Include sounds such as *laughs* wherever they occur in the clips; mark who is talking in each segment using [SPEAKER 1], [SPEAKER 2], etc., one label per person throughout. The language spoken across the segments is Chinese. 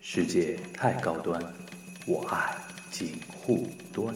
[SPEAKER 1] 世界太高端，我爱锦护端。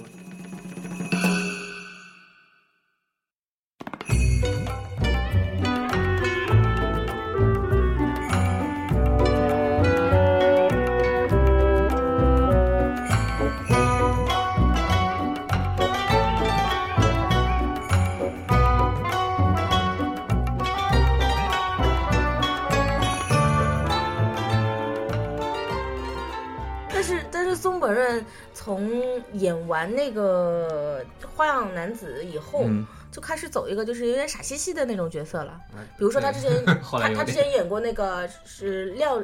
[SPEAKER 2] 但是但是松本润从演完那个《花样男子》以后，
[SPEAKER 3] 嗯
[SPEAKER 2] 就开始走一个就是有点傻兮兮的那种角色了。
[SPEAKER 3] 哎
[SPEAKER 2] 比如说他之前
[SPEAKER 3] *laughs* 后来
[SPEAKER 2] 他
[SPEAKER 3] 有
[SPEAKER 2] 他之前演过那个是料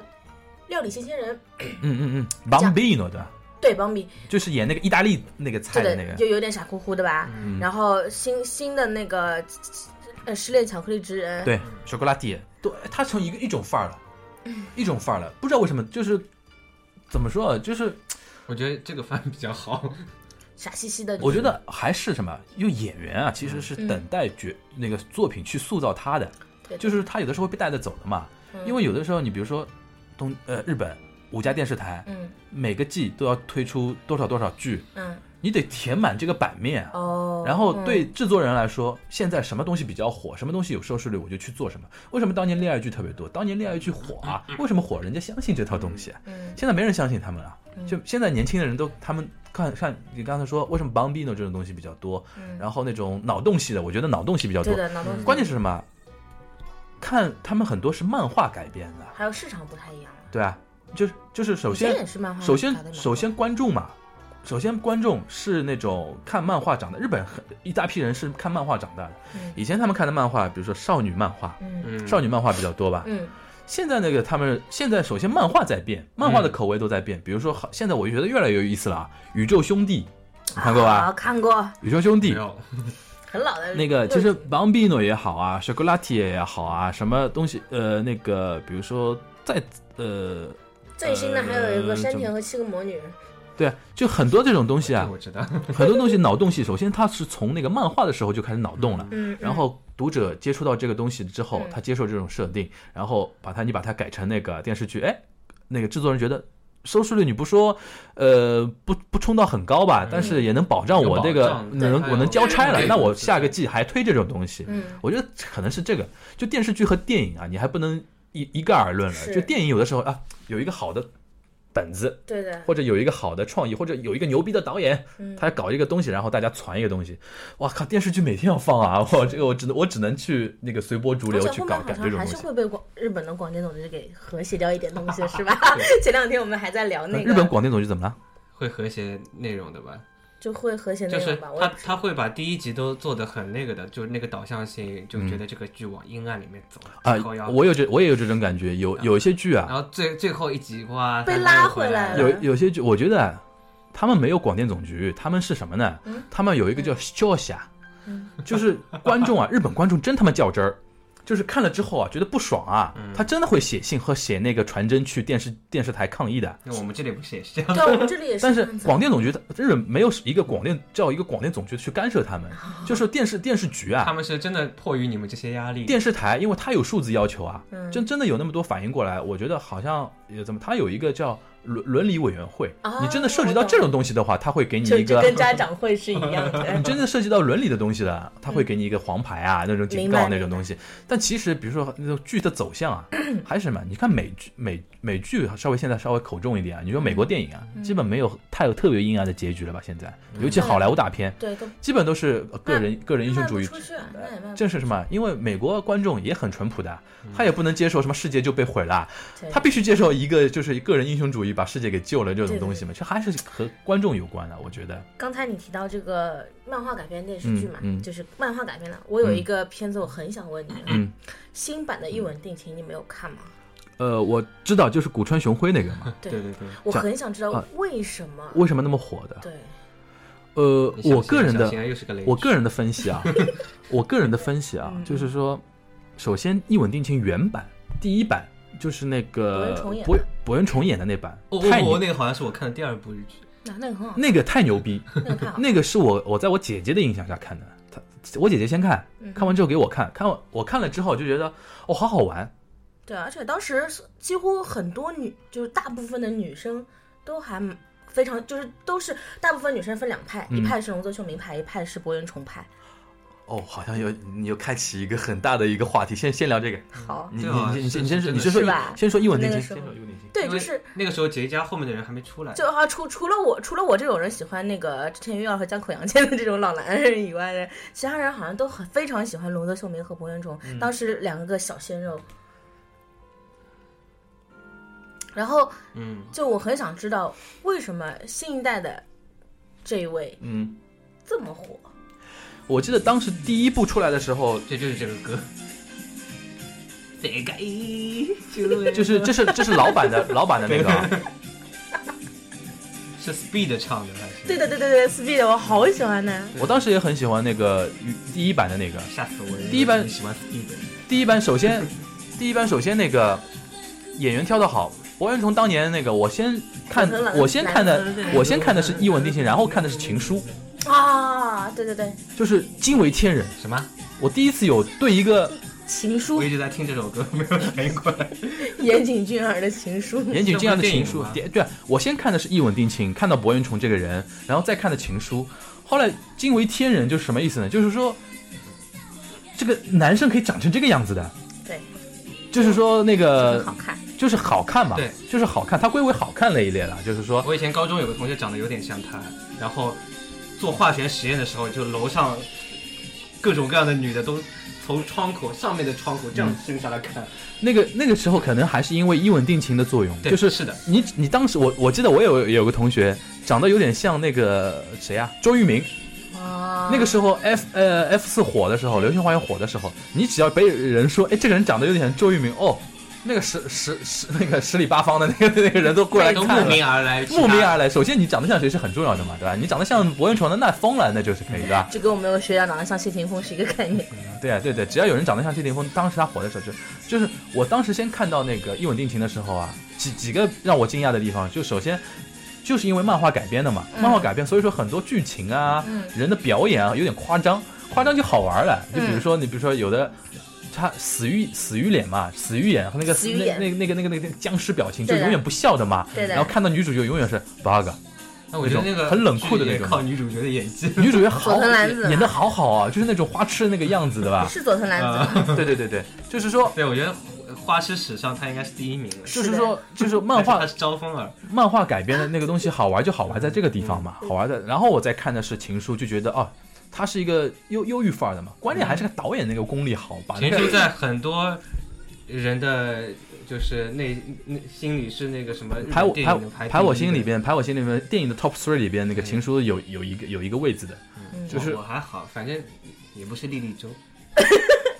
[SPEAKER 2] 料理新鲜人，
[SPEAKER 3] 嗯嗯嗯，Bambino 对吧？
[SPEAKER 2] 对邦比，
[SPEAKER 3] 就是演那个意大利那个菜
[SPEAKER 2] 对
[SPEAKER 3] 的
[SPEAKER 2] 的，
[SPEAKER 3] 那个，
[SPEAKER 2] 就有点傻乎乎的吧。
[SPEAKER 3] 嗯
[SPEAKER 2] 然后新新的那个呃失恋巧克力之人，
[SPEAKER 3] 对，巧克拉蒂，对，他成一个一种范
[SPEAKER 2] *laughs*
[SPEAKER 3] 儿了，一种范儿了，不知道为什么，就是怎么说，啊就是
[SPEAKER 4] 我觉得这个番比较
[SPEAKER 3] *laughs*
[SPEAKER 4] 好。
[SPEAKER 2] 傻兮兮的，
[SPEAKER 3] 我觉得还是什么，因为演员啊，其实是等待角、那个作品去塑造他的，
[SPEAKER 2] 对
[SPEAKER 3] 就是他有的时候会被带着走的嘛，
[SPEAKER 2] 嗯
[SPEAKER 3] 因为有的时候你比如说东呃日本五家电视台
[SPEAKER 2] 嗯
[SPEAKER 3] 每个季都要推出多少多少剧，
[SPEAKER 2] 嗯
[SPEAKER 3] 你得填满这个版面啊。
[SPEAKER 2] 哦，
[SPEAKER 3] 然后对制作人来说，现在什么东西比较火，什么东西有收视率，我就去做什么。为什么当年恋爱剧特别多？当年恋爱剧火啊，为什么火？人家相信这套东西，
[SPEAKER 2] 嗯
[SPEAKER 3] 现在没人相信他们了。就现在年轻的人都他们看看你刚才说，为什么 Bambino 这种东西比较多，
[SPEAKER 2] 嗯
[SPEAKER 3] 然后那种脑洞系的，我觉得脑洞系比较多
[SPEAKER 2] 对。的脑洞，
[SPEAKER 3] 关键是什么？看他们很多是漫画改编的，
[SPEAKER 2] 还有市场不太一样了。
[SPEAKER 3] 对啊，就是就是首
[SPEAKER 2] 以前
[SPEAKER 3] 先
[SPEAKER 2] 也是漫画，
[SPEAKER 3] 首先，首先观众嘛，首先观众是那种看漫画长大，日本很一大批人是看漫画长大的。
[SPEAKER 2] 嗯
[SPEAKER 3] 以前他们看的漫画，比如说少女漫画，
[SPEAKER 2] 嗯
[SPEAKER 4] 嗯
[SPEAKER 3] 少女漫画比较多吧。
[SPEAKER 2] 嗯
[SPEAKER 3] 现在那个他们现在首先漫画在
[SPEAKER 4] 嗯
[SPEAKER 3] 变，漫画的口味都在变。比如说好，现在我就觉得越来越有意思了啊，《宇宙兄弟》，你看过吧？
[SPEAKER 2] 啊，看过，
[SPEAKER 3] 宇宙兄
[SPEAKER 4] 没
[SPEAKER 3] 弟》
[SPEAKER 4] 有，
[SPEAKER 2] 很老的
[SPEAKER 3] 那个其实 Bambino 也好啊 c h o c o l a t i 也好啊，什么东西呃那个比如说在呃
[SPEAKER 2] 最新的还有一个山田和七个魔女，
[SPEAKER 3] 对啊，就很多这种东西啊
[SPEAKER 4] 这，我知道。
[SPEAKER 3] 很多东西脑洞系，首先他是从那个漫画的时候就开始脑洞了，
[SPEAKER 2] 嗯，
[SPEAKER 3] 然后读者接触到这个东西之后
[SPEAKER 2] 嗯，
[SPEAKER 3] 他接受这种设定，然后把它你把它改成那个电视剧，哎，那个制作人觉得。收视率你不说，呃，不不冲到很高吧，但
[SPEAKER 2] 嗯
[SPEAKER 3] 是也能保障我这
[SPEAKER 4] 有保
[SPEAKER 3] 个
[SPEAKER 4] 障对
[SPEAKER 3] 能
[SPEAKER 4] 还有
[SPEAKER 3] 我能交差了
[SPEAKER 4] 对。
[SPEAKER 3] 那我下个季还推这种东西，
[SPEAKER 2] 嗯
[SPEAKER 3] 我觉得可能是这个。就电视剧和电影啊，你还不能一一概而论了。
[SPEAKER 2] 是
[SPEAKER 3] 就电影有的时候啊，有一个好的本子，
[SPEAKER 2] 对的，
[SPEAKER 3] 或者有一个好的创意，或者有一个牛逼的导演
[SPEAKER 2] 嗯，
[SPEAKER 3] 他搞一个东西，然后大家传一个东西。哇靠，电视剧每天要放啊！ *laughs* 我这个我只能我只能去那个随波逐
[SPEAKER 2] 而
[SPEAKER 3] 流
[SPEAKER 2] 且
[SPEAKER 3] 去
[SPEAKER 2] 后
[SPEAKER 3] 搞
[SPEAKER 2] 面好
[SPEAKER 3] 改这
[SPEAKER 2] 像
[SPEAKER 3] 种
[SPEAKER 2] 还
[SPEAKER 3] 东
[SPEAKER 2] 是
[SPEAKER 3] 西。
[SPEAKER 2] 会被广日本的广电总局给和谐掉一点东西，是吧？ *laughs* 前两天我们还在聊那
[SPEAKER 3] 呃
[SPEAKER 2] 个
[SPEAKER 3] 日本广电总局怎么了？
[SPEAKER 4] 会和谐内容的吧？
[SPEAKER 2] 就会和谐内
[SPEAKER 4] 就是
[SPEAKER 2] 容吧，我
[SPEAKER 4] 他
[SPEAKER 2] 也不
[SPEAKER 4] 他会把第一集都做的很那个的，就是那个导向性，就觉得这个剧往阴暗里面走，然后
[SPEAKER 3] 嗯啊，
[SPEAKER 4] 要，
[SPEAKER 3] 我有这我也有这种感觉，有有一些剧
[SPEAKER 4] 然
[SPEAKER 3] 啊，
[SPEAKER 4] 后最最后一集哇，
[SPEAKER 2] 被
[SPEAKER 4] 他
[SPEAKER 2] 拉
[SPEAKER 4] 又
[SPEAKER 2] 回
[SPEAKER 4] 回
[SPEAKER 2] 来
[SPEAKER 4] 来
[SPEAKER 2] 了
[SPEAKER 3] 有有些剧，我觉得啊他们没有广电总局，他们是什么呢？
[SPEAKER 2] 嗯
[SPEAKER 3] 他们有一个叫 s h o s h
[SPEAKER 2] *laughs*
[SPEAKER 3] a 就是观众啊，日本观众真他妈较真儿。就是看了之后啊，觉得不爽啊，
[SPEAKER 2] 嗯
[SPEAKER 3] 他真的会写信和写那个传真去电视电视台抗议的。
[SPEAKER 4] 那我们这里不是也是这样？
[SPEAKER 2] 对我们这里也
[SPEAKER 3] 但
[SPEAKER 2] 这
[SPEAKER 3] 是
[SPEAKER 2] 样子。
[SPEAKER 3] 广电总局，日本没有一个广电叫一个广电总局去干涉他们，
[SPEAKER 2] 哦
[SPEAKER 3] 就是电视电视局
[SPEAKER 4] 他
[SPEAKER 3] 啊，
[SPEAKER 4] 们是真的迫于你们这些压力，
[SPEAKER 3] 电视台，因为它有数字要求啊
[SPEAKER 2] 嗯，
[SPEAKER 3] 真真的有那么多反应过来，我觉得好像也怎么，它有一个叫伦伦理委员会
[SPEAKER 2] 啊，
[SPEAKER 3] 你真的涉及到这种东西的话，他会给你
[SPEAKER 2] 就
[SPEAKER 3] 一
[SPEAKER 2] 就
[SPEAKER 3] 个。
[SPEAKER 2] 跟家长会是一样的
[SPEAKER 3] *laughs* 你，嗯真
[SPEAKER 2] *laughs*
[SPEAKER 3] 的涉及到伦理的东西了，他会给你一个黄牌啊，那种警
[SPEAKER 2] 嗯明
[SPEAKER 3] 告
[SPEAKER 2] 白
[SPEAKER 3] 那种东西。但其实，比如说那种剧的走向
[SPEAKER 2] *clears throat*
[SPEAKER 3] 啊，还是什么？你看美剧，美美剧稍微现在稍微口重一点啊。你说美国电影啊，基本没有太有特别啊阴暗的结局了吧？现在，尤其好莱坞大片，
[SPEAKER 2] 嗯对，都
[SPEAKER 3] 基本都是呃个人个人英雄
[SPEAKER 2] 卖
[SPEAKER 3] 主
[SPEAKER 2] 不
[SPEAKER 3] 义。
[SPEAKER 2] 出去啊，那也卖不出
[SPEAKER 3] 这是什么？因为美国观众也很淳朴的，
[SPEAKER 2] 嗯
[SPEAKER 3] 他也不能接受什么世界就被毁了，
[SPEAKER 2] 去
[SPEAKER 3] 他必须接受一个就是个人英雄主义把世界给救了这种东西嘛。这还是和观众有关啊的，我觉得。
[SPEAKER 2] 刚才你提到这个漫画改编电视剧嘛，
[SPEAKER 3] 嗯嗯
[SPEAKER 2] 就是漫画改编的。我有一个片子，我很想问你，啊
[SPEAKER 3] 嗯
[SPEAKER 2] 新版的《一吻定情》你没有看吗？
[SPEAKER 3] 呃，我知道，就是古川雄辉那个嘛，
[SPEAKER 2] 对
[SPEAKER 4] 对对对，
[SPEAKER 2] 我
[SPEAKER 3] 这样
[SPEAKER 2] 很想知道
[SPEAKER 3] 啊
[SPEAKER 2] 为什么。
[SPEAKER 3] 为什么那么火的？
[SPEAKER 2] 对，
[SPEAKER 3] 呃，
[SPEAKER 4] 你小心啊
[SPEAKER 3] 我个人
[SPEAKER 4] 小心啊
[SPEAKER 3] 的
[SPEAKER 4] 又是个雷，
[SPEAKER 3] 我个人的分析啊，我个人的分析
[SPEAKER 2] 嗯
[SPEAKER 3] 啊， *laughs* 就是说，首先《一吻定情》原版第一版就是那个
[SPEAKER 2] 柏原崇演的
[SPEAKER 3] 柏柏原崇演的那版
[SPEAKER 4] 哦，
[SPEAKER 3] 太
[SPEAKER 4] 我
[SPEAKER 3] 牛
[SPEAKER 4] 我那个好像是我看的第二部日剧，
[SPEAKER 2] 那那个很好，
[SPEAKER 3] 那个太牛逼，
[SPEAKER 2] 那个太好。
[SPEAKER 3] 那个是我我在我姐姐的影响下看的，
[SPEAKER 2] 嗯
[SPEAKER 3] 她我姐姐先看，看完之后给我看，看完我看了之后就觉得哦好好玩，
[SPEAKER 2] 对，啊而且当时是几乎很多女，就是大部分的女生都还蛮非常，就是都是大部分女生分两派，一
[SPEAKER 3] 嗯
[SPEAKER 2] 派是龙泽秀明派，一派是柏原崇派。
[SPEAKER 3] 哦，好像有你有开启一个很大的一个话题，先先聊这个。
[SPEAKER 2] 好，
[SPEAKER 3] 你
[SPEAKER 4] 对啊
[SPEAKER 3] 你你
[SPEAKER 4] 是
[SPEAKER 3] 先你先
[SPEAKER 4] 是
[SPEAKER 3] 说，你先说
[SPEAKER 4] 真的
[SPEAKER 2] 是
[SPEAKER 3] 一
[SPEAKER 2] 吧
[SPEAKER 3] 先说一文定
[SPEAKER 2] 那个
[SPEAKER 3] 金，
[SPEAKER 2] 时
[SPEAKER 3] 先
[SPEAKER 2] 候
[SPEAKER 3] 说一文定金。
[SPEAKER 2] 对，
[SPEAKER 4] 因
[SPEAKER 2] 就
[SPEAKER 4] 为
[SPEAKER 2] 是
[SPEAKER 4] 那个时候结痂后面的人还没出来，
[SPEAKER 2] 就啊，除除了我，除了我这种人喜欢那个之前月啊二和江口洋介的这种老男人以外的，其他人好像都很非常喜欢龙泽秀明和柏原崇，
[SPEAKER 3] 嗯
[SPEAKER 2] 当时两个小鲜肉。然后
[SPEAKER 4] 嗯，
[SPEAKER 2] 就我很想知道，为什么新一代的这一位
[SPEAKER 3] 嗯，
[SPEAKER 2] 这么火？
[SPEAKER 3] 我记得当时第一部出来的时候，
[SPEAKER 4] 这就是这个歌。这个一就是 *laughs*
[SPEAKER 3] 就是这是这是老版的老版的那个啊，
[SPEAKER 4] 是 Speed 唱的还是？
[SPEAKER 2] 对的，对对对，Speed，我好喜欢呢。
[SPEAKER 3] 我当时也很喜欢那个第一版的那个。
[SPEAKER 4] 吓死我了！
[SPEAKER 3] 第一版
[SPEAKER 4] 你喜欢 Speed，
[SPEAKER 3] 第一版首先，第一版首先那个演员挑的好，柏原崇当年那个我先看
[SPEAKER 2] 很冷
[SPEAKER 3] 我先看的
[SPEAKER 2] 蓝色的
[SPEAKER 3] 我先看的是《一吻定情》，然后看的是《情书》，
[SPEAKER 2] 啊，对对对，
[SPEAKER 3] 就是惊为天人。
[SPEAKER 4] 什么？
[SPEAKER 3] 我第一次有对一个
[SPEAKER 2] 情书
[SPEAKER 4] 我一直在听这首歌，没有反应过来。
[SPEAKER 2] 岩井俊二的情书，
[SPEAKER 3] *laughs* 岩井俊二的情
[SPEAKER 4] 这
[SPEAKER 3] 书
[SPEAKER 4] 部电影吗，
[SPEAKER 3] 对对啊，我先看的是《一吻定情》，看到柏原崇这个人，然后再看的情书，后来惊为天人，就是什么意思呢？就是说，这个男生可以长成这个样子的，
[SPEAKER 2] 对，
[SPEAKER 3] 就是说那
[SPEAKER 2] 很
[SPEAKER 3] 个
[SPEAKER 2] 好看。
[SPEAKER 3] 就是好看吧，
[SPEAKER 4] 对，
[SPEAKER 3] 就是好看，它归为好看类一类了，就是说，
[SPEAKER 4] 我以前高中有个同学长得有点像他，然后做化学实验的时候，就楼上各种各样的女的都从窗口上面的窗口这样伸下来看，
[SPEAKER 3] 那个那个时候可能还是因为一吻定情的作用，
[SPEAKER 4] 对
[SPEAKER 3] 就是
[SPEAKER 4] 是的
[SPEAKER 3] 你你当时我我记得我有有个同学长得有点像那个谁啊，周渝民。
[SPEAKER 2] 啊，
[SPEAKER 3] 那个时候 F 呃 F 四火的时候，流星花园火的时候，你只要被人说，哎，这个人长得有点像周渝民哦，那个十十十那个十里八方的那个 *laughs* 那个人啊都过来
[SPEAKER 4] 都
[SPEAKER 3] 看
[SPEAKER 4] 慕
[SPEAKER 3] 了。
[SPEAKER 4] 名而来，
[SPEAKER 3] 慕名而来，首先你长得像谁是很重要的嘛，对吧？你长得像博彦崇的那疯了，那就是可以的。
[SPEAKER 2] 这跟我们有个学长长得像谢霆锋是一个概念。
[SPEAKER 3] 对啊，对对，只要有人长得像谢霆锋，当时他火的时候就就是我当时先看到那个《一吻定情》的时候啊，几几个让我惊讶的地方，就首先就是因为漫画改编的嘛，
[SPEAKER 2] 嗯
[SPEAKER 3] 漫画改编，所以说很多剧情啊、
[SPEAKER 2] 嗯
[SPEAKER 3] 人的表演啊有点夸张，夸张就好玩了。就
[SPEAKER 2] 嗯
[SPEAKER 3] 比如说、你，比如说有的。他死鱼死鱼脸嘛，死鱼眼和那个
[SPEAKER 2] 死鱼眼
[SPEAKER 3] 那那那个那个那个那个僵尸表情，就
[SPEAKER 2] 对的
[SPEAKER 3] 永远不笑的嘛。
[SPEAKER 2] 对的
[SPEAKER 3] 然后看到女主角永远是 bug，
[SPEAKER 4] 那我觉得
[SPEAKER 3] 那
[SPEAKER 4] 那
[SPEAKER 3] 种
[SPEAKER 4] 个
[SPEAKER 3] 很冷酷的
[SPEAKER 4] 剧
[SPEAKER 3] 那
[SPEAKER 4] 也
[SPEAKER 3] 种
[SPEAKER 4] 靠女主角的
[SPEAKER 3] *laughs*
[SPEAKER 4] 演技。
[SPEAKER 3] 女主角好
[SPEAKER 2] 佐藤蓝子
[SPEAKER 3] 演的好好啊，就是那种花痴的那个样子，对
[SPEAKER 2] *laughs*
[SPEAKER 3] 吧？
[SPEAKER 2] 是佐藤蓝子吗，
[SPEAKER 3] 对对对对，就是说
[SPEAKER 4] 对，我觉得花痴史上她应该是第一名的。
[SPEAKER 3] 就是
[SPEAKER 2] 的
[SPEAKER 3] 说，就是漫
[SPEAKER 4] 但是
[SPEAKER 3] 画
[SPEAKER 4] 她是招风耳，
[SPEAKER 3] 漫画改编的那个东西好玩就好玩在这个地方
[SPEAKER 2] 嗯
[SPEAKER 3] 嘛，好玩的。然后我再看的是《情书》，就觉得哦，他是一个忧忧郁范儿的嘛，关键还是个导演那个功力好，把那
[SPEAKER 4] 情书
[SPEAKER 3] 个
[SPEAKER 4] 在很多人的就是内内心里是那个什么日
[SPEAKER 3] 排我
[SPEAKER 4] 本电
[SPEAKER 3] 排
[SPEAKER 4] 影的
[SPEAKER 3] 我
[SPEAKER 4] 排
[SPEAKER 3] 排我
[SPEAKER 4] 第一
[SPEAKER 3] 心里
[SPEAKER 4] 的
[SPEAKER 3] 边，排我心里边电影的 top three 里边那个《
[SPEAKER 4] 嗯
[SPEAKER 3] 情书》有有一个有一个位置的，就是
[SPEAKER 4] 我我还好，反正也不是莉莉周。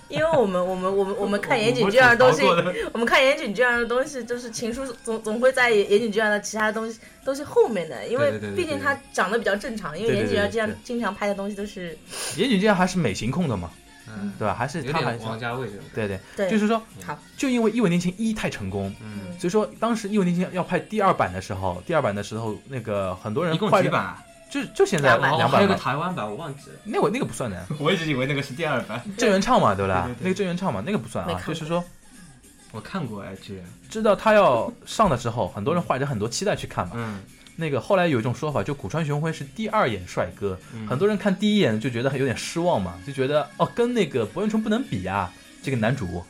[SPEAKER 2] 因为我们我们我们我们看岩井
[SPEAKER 4] 我
[SPEAKER 2] 俊二的东西
[SPEAKER 4] 我吐槽过，
[SPEAKER 2] *laughs* 我们看岩井俊二的东西，就是情书总总会在岩井俊二的其他东西都是后面的，因为
[SPEAKER 4] 对对对对
[SPEAKER 2] 毕竟他长得比较正常，因为
[SPEAKER 3] 对对
[SPEAKER 2] 岩井俊二
[SPEAKER 3] 对对
[SPEAKER 2] 经
[SPEAKER 3] 对
[SPEAKER 2] 常经常拍的东西都是
[SPEAKER 3] 岩井俊二还是美型控的嘛，
[SPEAKER 4] 嗯，
[SPEAKER 3] 对吧？还是
[SPEAKER 4] 有
[SPEAKER 3] 他还
[SPEAKER 4] 点
[SPEAKER 3] 是
[SPEAKER 4] 王家卫这种。
[SPEAKER 3] 对对，
[SPEAKER 2] 对，
[SPEAKER 3] 就是说
[SPEAKER 2] 好，
[SPEAKER 3] 就因为《一吻定情一》太成功，
[SPEAKER 4] 嗯，
[SPEAKER 3] 所以说当时《一吻定情》要拍第二版的时候，第二版的时候那个很多人
[SPEAKER 4] 一共
[SPEAKER 3] 坏
[SPEAKER 4] 几
[SPEAKER 3] 人
[SPEAKER 4] 版啊？哦
[SPEAKER 3] 就就现在
[SPEAKER 2] 两版
[SPEAKER 3] 嗯两
[SPEAKER 4] 还
[SPEAKER 3] 版
[SPEAKER 4] 有个
[SPEAKER 3] 嘛，
[SPEAKER 4] 台湾版，我忘记了。
[SPEAKER 3] 那我那个不算的。
[SPEAKER 4] *laughs* 我一直以为那个是第二版，
[SPEAKER 3] 郑元畅嘛，对不啦
[SPEAKER 4] 对对对
[SPEAKER 3] 那个郑元畅嘛，那个不算
[SPEAKER 2] 没
[SPEAKER 3] 啊
[SPEAKER 2] 看，过
[SPEAKER 3] 就是说
[SPEAKER 4] 我看过哎，居然。
[SPEAKER 3] 知道他要上的时候，很多人怀着很多期待去看嘛。
[SPEAKER 4] 嗯，
[SPEAKER 3] 那个后来有一种说法，就古川雄辉是第二眼帅哥，
[SPEAKER 4] 嗯
[SPEAKER 3] 很多人看第一眼就觉得有点失望嘛，就觉得哦跟那个柏原崇不能比啊，这个男主，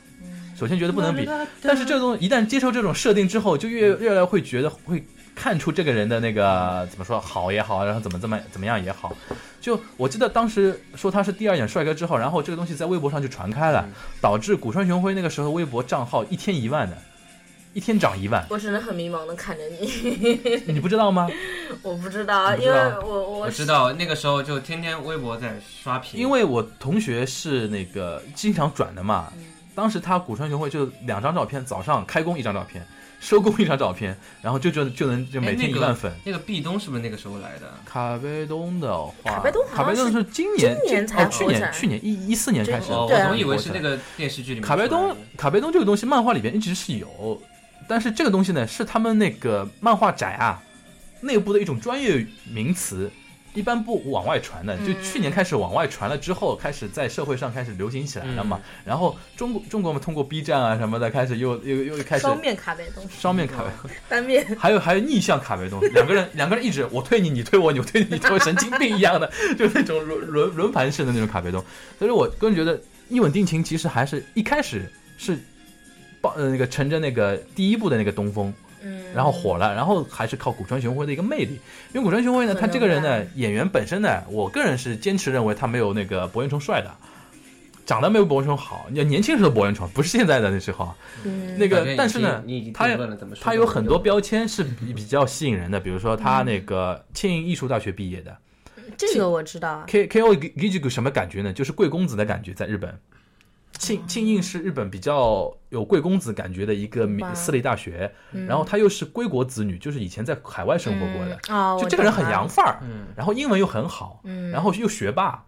[SPEAKER 3] 首先觉得不能比，但是这个东西一旦接受这种设定之后，就越越来越会觉得会看出这个人的那个怎么说好也好，然后怎么怎么怎么样也好。就我记得当时说他是第二眼帅哥之后，然后这个东西在微博上就传开了
[SPEAKER 4] 嗯，
[SPEAKER 3] 导致古川雄辉那个时候微博账号一天一万的，一天涨一
[SPEAKER 2] *laughs*，
[SPEAKER 3] 万
[SPEAKER 2] 我只能很迷茫的看着你，
[SPEAKER 3] 你不知道吗？
[SPEAKER 2] 我不知道，
[SPEAKER 3] 你不
[SPEAKER 2] 因
[SPEAKER 3] 知道
[SPEAKER 2] 为我
[SPEAKER 4] 我
[SPEAKER 2] 我
[SPEAKER 4] 知道那个时候就天天微博在刷屏，
[SPEAKER 3] 因为我同学是那个经常转的嘛，
[SPEAKER 2] 嗯
[SPEAKER 3] 当时他古川雄辉就两张照片，早上开工一张照片，收工一张照片，然后就就就能就每天
[SPEAKER 4] 哎那
[SPEAKER 3] 一
[SPEAKER 4] 个
[SPEAKER 3] 万粉。
[SPEAKER 4] 那个壁咚是不是那个时候来的？
[SPEAKER 3] 卡贝东的话，
[SPEAKER 2] 卡贝东好像
[SPEAKER 3] 卡贝东是今年
[SPEAKER 2] 今年才
[SPEAKER 3] 哦，去
[SPEAKER 2] 火起来
[SPEAKER 3] 年去年一一四年开始，
[SPEAKER 4] 哦，
[SPEAKER 2] 对
[SPEAKER 4] 我
[SPEAKER 2] 啊
[SPEAKER 4] 总以为是那个电视剧里面出
[SPEAKER 3] 卡贝
[SPEAKER 4] 来的。
[SPEAKER 3] 东卡贝东这个东西，漫画里边一直是有，但是这个东西呢，是他们那个漫画宅啊内部的一种专业名词，一般不往外传的，就去
[SPEAKER 2] 嗯
[SPEAKER 3] 年开始往外传了之后，开始在社会上开始流行起来了嘛。然后中国中国嘛，通过 B 站啊什么的，开始又又又开始
[SPEAKER 2] 双面卡被动，
[SPEAKER 3] 双面卡位，
[SPEAKER 2] 单面
[SPEAKER 3] 还有还有逆向卡梅东，两个人两个人一直我推你，你推我，你推你，你推我，神经病一样的，就那种轮轮轮盘式的那种卡梅东。所以我个人觉得《一吻定情》其实还是一开始是抱呃那个乘着那个第一部的那个东风，
[SPEAKER 2] 嗯，
[SPEAKER 3] 然后火了，然后还是靠古川雄辉的一个魅力。因为古川雄辉呢，
[SPEAKER 2] 很
[SPEAKER 3] 他这个人
[SPEAKER 2] 能
[SPEAKER 3] 呢，演员本身呢，我个人是坚持认为他没有那个柏原崇帅的。长得没有柏原崇好，你年轻时候的柏原崇不是现在的那时候啊，
[SPEAKER 2] 嗯
[SPEAKER 3] 那
[SPEAKER 4] 那
[SPEAKER 3] 个但是呢，
[SPEAKER 4] 你已经
[SPEAKER 3] 他
[SPEAKER 4] 定论了怎么说
[SPEAKER 3] 他有很多标签是比比较吸引人的，比如说他那个庆应艺术大学毕业的
[SPEAKER 2] 这个我知道啊，
[SPEAKER 3] K K O g i j i 什么感觉呢？就是贵公子的感觉，在日本。庆庆应是日本比较有贵公子感觉的一个民
[SPEAKER 2] 哇
[SPEAKER 3] 私立大学，然后他又是归国子女，就是以前在海外生活过的，
[SPEAKER 2] 嗯哦，
[SPEAKER 3] 就这个人很洋
[SPEAKER 2] 洋，
[SPEAKER 3] 范儿，
[SPEAKER 4] 嗯，
[SPEAKER 3] 然后英文又很好，
[SPEAKER 2] 嗯
[SPEAKER 3] 然后又学霸，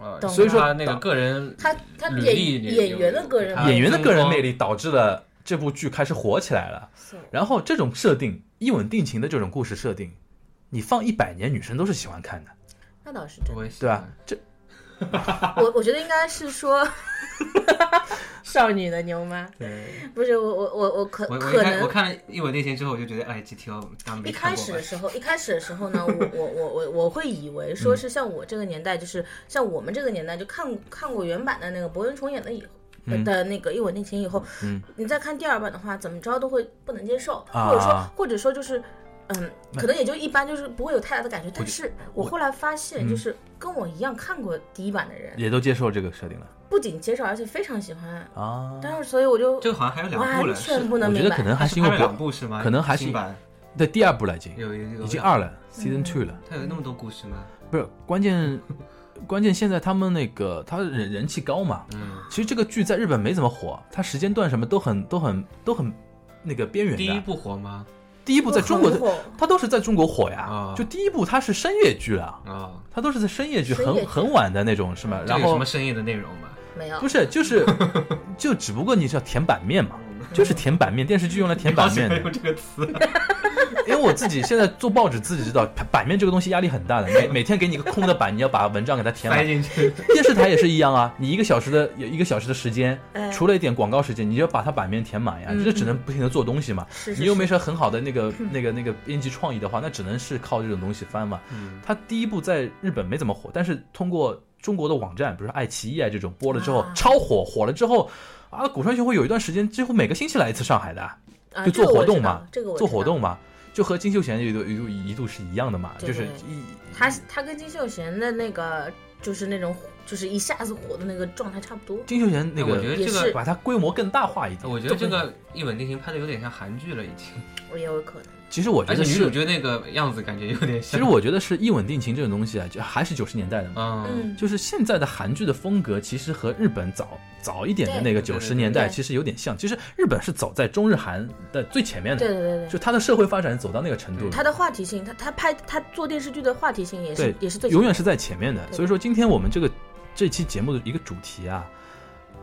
[SPEAKER 4] 啊
[SPEAKER 2] 懂
[SPEAKER 4] 所以说
[SPEAKER 3] 了
[SPEAKER 4] 他那个个人
[SPEAKER 2] 他他
[SPEAKER 4] 履历
[SPEAKER 2] 演
[SPEAKER 4] 里
[SPEAKER 2] 演
[SPEAKER 4] 有
[SPEAKER 2] 员的个人
[SPEAKER 4] 他
[SPEAKER 2] 魅力
[SPEAKER 3] 演员的个人
[SPEAKER 4] 增光
[SPEAKER 3] 魅力导致了这部剧开始火起来了。
[SPEAKER 2] 是
[SPEAKER 3] 然后这种设定，一吻定情的这种故事设定，你放一百年，女生都是喜欢看的，
[SPEAKER 2] 那倒是真的。
[SPEAKER 4] 我也喜
[SPEAKER 3] 对啊吧
[SPEAKER 4] 欢？
[SPEAKER 3] 这
[SPEAKER 2] 我我觉得应该是
[SPEAKER 4] *laughs*
[SPEAKER 2] 说少女的牛妈，
[SPEAKER 4] 对，
[SPEAKER 2] 不是我我我我呃可
[SPEAKER 4] 我我一
[SPEAKER 2] 可
[SPEAKER 4] 看我
[SPEAKER 2] 能。
[SPEAKER 4] 看了一吻定情之后，我就觉得哎，GTO 当没
[SPEAKER 2] 一
[SPEAKER 4] 看
[SPEAKER 2] 开
[SPEAKER 4] 过
[SPEAKER 2] 始
[SPEAKER 4] 吧
[SPEAKER 2] 的时候，一开始的时候呢，
[SPEAKER 4] *laughs*
[SPEAKER 2] 我我我我我会以为说
[SPEAKER 4] 嗯
[SPEAKER 2] 是像我这个年代，就是像我们这个年代就看看过原版的那个博文重演的以后。
[SPEAKER 3] 嗯
[SPEAKER 2] 的那个《一吻定情》以后，
[SPEAKER 3] 嗯
[SPEAKER 2] 你再看第二版的话，怎么着都会不能接受，
[SPEAKER 3] 啊
[SPEAKER 2] 或者说或者说就是，嗯，可能也就一般，就是不会有太大的感觉。但是我后来发
[SPEAKER 4] 嗯
[SPEAKER 2] 现，就是跟我一样看过第一版的人，
[SPEAKER 3] 也都接受这个设定了
[SPEAKER 2] 不仅接受，而且非常喜欢。
[SPEAKER 3] 啊。
[SPEAKER 2] 但是所以我就
[SPEAKER 4] 这个好像还有两部
[SPEAKER 2] 完
[SPEAKER 4] 了，
[SPEAKER 2] 全
[SPEAKER 4] 是
[SPEAKER 2] 不能
[SPEAKER 3] 我觉
[SPEAKER 2] 明
[SPEAKER 3] 得
[SPEAKER 2] 白
[SPEAKER 3] 可。能还是因
[SPEAKER 4] 拍
[SPEAKER 3] 为
[SPEAKER 4] 了
[SPEAKER 3] 不
[SPEAKER 4] 两部是吗？
[SPEAKER 3] 可能还是
[SPEAKER 4] 新版
[SPEAKER 3] 对第二部了，已经
[SPEAKER 4] 有有
[SPEAKER 3] 已经，二了，season two 了。
[SPEAKER 4] 它有那么多故事吗？
[SPEAKER 2] 嗯
[SPEAKER 3] 不是关键，关键现在他们那个他人人气高嘛，
[SPEAKER 4] 嗯，
[SPEAKER 3] 其实这个剧在日本没怎么火，它时间段什么都很都很都很那个边缘
[SPEAKER 4] 第一
[SPEAKER 3] 的。
[SPEAKER 4] 部火吗？
[SPEAKER 3] 第一部在中国
[SPEAKER 2] 很
[SPEAKER 3] 的，
[SPEAKER 2] 火
[SPEAKER 3] 它都是在中国火呀
[SPEAKER 4] 啊。
[SPEAKER 3] 就第一部它是深夜剧了，
[SPEAKER 4] 啊，
[SPEAKER 3] 它都是在深夜剧，
[SPEAKER 2] 深
[SPEAKER 3] 很
[SPEAKER 2] 夜剧
[SPEAKER 3] 很晚的那种是吗？
[SPEAKER 4] 嗯这
[SPEAKER 3] 然
[SPEAKER 4] 有什
[SPEAKER 3] 后
[SPEAKER 4] 么深夜的内容吗？
[SPEAKER 2] 没有
[SPEAKER 3] 不，是就是
[SPEAKER 4] *laughs*
[SPEAKER 3] 就只不过你是要填版面嘛，就是填版面，电视剧用来填版面
[SPEAKER 4] 好
[SPEAKER 3] 的
[SPEAKER 4] 喜欢。用这个词， *laughs*
[SPEAKER 3] 因为我自己现在做报纸，自己知道版面这个东西压力很大的，每每天给你一个空的版，你要把文章给它填
[SPEAKER 4] 塞 *laughs*
[SPEAKER 3] 满。
[SPEAKER 4] 进去，
[SPEAKER 3] 电视台也是一样啊，你一个小时的有一个小时的时间
[SPEAKER 2] 哎，
[SPEAKER 3] 除了一点广告时间，你就要把它版面填满呀，
[SPEAKER 2] 嗯
[SPEAKER 3] 这只能不停的做东西嘛。
[SPEAKER 2] 是是
[SPEAKER 3] 你又
[SPEAKER 2] 是嗯
[SPEAKER 3] 没啥很好的那个那个那个编辑创意的话，那只能是靠这种东西翻嘛。
[SPEAKER 4] 嗯，
[SPEAKER 3] 它第一部在日本没怎么火，但是通过中国的网站，比如说爱奇艺啊这种播了之后
[SPEAKER 2] 啊
[SPEAKER 3] 超火，火了之后啊，古川雄辉有一段时间几乎每个星期来一次上海的啊，
[SPEAKER 2] 啊
[SPEAKER 3] 就
[SPEAKER 2] 这个
[SPEAKER 3] 做活
[SPEAKER 2] 我知
[SPEAKER 3] 动
[SPEAKER 2] 道
[SPEAKER 3] 嘛
[SPEAKER 2] 这个我
[SPEAKER 3] 做
[SPEAKER 2] 知
[SPEAKER 3] 活
[SPEAKER 2] 道
[SPEAKER 3] 动嘛，就和金秀贤一度一度一度是一样的嘛，
[SPEAKER 2] 对
[SPEAKER 3] 就是
[SPEAKER 2] 对对
[SPEAKER 3] 一
[SPEAKER 2] 他他跟金秀贤的那个就是那种就是一下子火的那个状态差不多。
[SPEAKER 3] 金秀贤那
[SPEAKER 4] 我觉
[SPEAKER 3] 个
[SPEAKER 4] 得这
[SPEAKER 2] 也是
[SPEAKER 4] 个，
[SPEAKER 3] 把它规模更大化一点。
[SPEAKER 4] 我觉得这个《一吻定情》拍的有点像韩剧了，已经，
[SPEAKER 2] 我也有可能，
[SPEAKER 3] 其实我觉
[SPEAKER 4] 而且
[SPEAKER 3] 得
[SPEAKER 4] 女主
[SPEAKER 3] 是，
[SPEAKER 4] 角那个样子感觉有点
[SPEAKER 3] 其
[SPEAKER 4] 像，
[SPEAKER 3] 实我觉得是一吻定情这种东西啊，就还是九十年代的嘛。
[SPEAKER 4] 嗯，
[SPEAKER 2] 嗯，
[SPEAKER 3] 就是现在的韩剧的风格，其实和日本早早一点的那个
[SPEAKER 4] 对
[SPEAKER 3] 九
[SPEAKER 4] 对
[SPEAKER 3] 十
[SPEAKER 4] 对
[SPEAKER 3] 年代
[SPEAKER 2] 对
[SPEAKER 3] 其实有点像。其实日本是走在中日韩的最前面
[SPEAKER 2] 嗯对
[SPEAKER 3] 的，
[SPEAKER 2] 对对对，
[SPEAKER 3] 就它的社会发展走到那个程度了。
[SPEAKER 2] 他的话题性，他他拍他做电视剧的话题性也是
[SPEAKER 3] 对
[SPEAKER 2] 也是最
[SPEAKER 3] 永
[SPEAKER 2] 强
[SPEAKER 3] 远是在前面的。
[SPEAKER 2] 对
[SPEAKER 3] 所以说，今天我们这个这期节目的一个主题啊，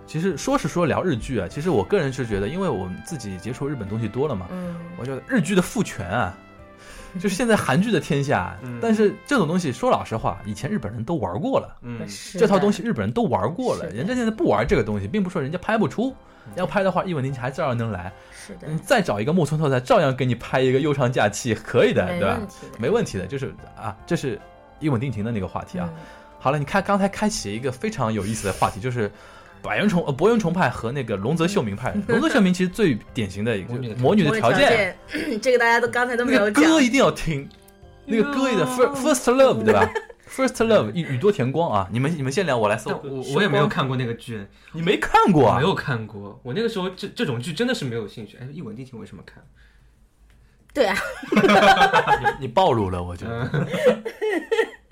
[SPEAKER 3] 其实说是说聊日剧啊，其实我个人是觉得，因为我们自己接触日本东西多了嘛
[SPEAKER 2] 的，嗯，
[SPEAKER 3] 我觉得日剧的父权
[SPEAKER 2] *laughs*
[SPEAKER 3] 啊，就是现在韩剧的天下。啊
[SPEAKER 4] 嗯
[SPEAKER 3] 但是这种东西，说老实话，以前日本人都玩过了。
[SPEAKER 4] 嗯，
[SPEAKER 2] 是
[SPEAKER 3] 这套
[SPEAKER 2] 的
[SPEAKER 3] 东西日本人都玩过了，
[SPEAKER 2] 是的嗯
[SPEAKER 3] 人家现在不玩这个东西，并不是说人家拍不出，要拍的话，一吻定情还照样能来。
[SPEAKER 2] 是的
[SPEAKER 3] 你，再找一个木村拓哉，照样给你拍一个悠长假期，可以的，
[SPEAKER 2] 没
[SPEAKER 3] 对吧
[SPEAKER 2] 问？题的，
[SPEAKER 3] 没问题的，就是啊，这是一吻定情的那个话题啊。
[SPEAKER 2] 嗯
[SPEAKER 3] 好了，你看刚才开启一个非常有意思的话题，就是百元崇呃博元崇派和那个龙泽秀明 *laughs* 派。龙泽秀明其实最典型的一个
[SPEAKER 4] 魔女的
[SPEAKER 3] 魔女的条件，
[SPEAKER 2] 件， *coughs* 这个大家都刚才都没
[SPEAKER 3] 那
[SPEAKER 2] 有
[SPEAKER 3] 个
[SPEAKER 2] 讲，
[SPEAKER 3] 歌一定要听，那个歌一定要 first first love 对吧？First love 宇宇多田光啊，你们你们先聊，我来搜
[SPEAKER 4] 但。我我也没有，看过那个剧，
[SPEAKER 3] 你没看过
[SPEAKER 4] 我
[SPEAKER 3] 啊
[SPEAKER 4] 没？有看过，我那个时候这这种剧真的是没有兴趣。哎，《一吻定情》为什么看？
[SPEAKER 2] 对啊，
[SPEAKER 3] 你暴露了，我觉得。 *laughs*
[SPEAKER 4] 嗯，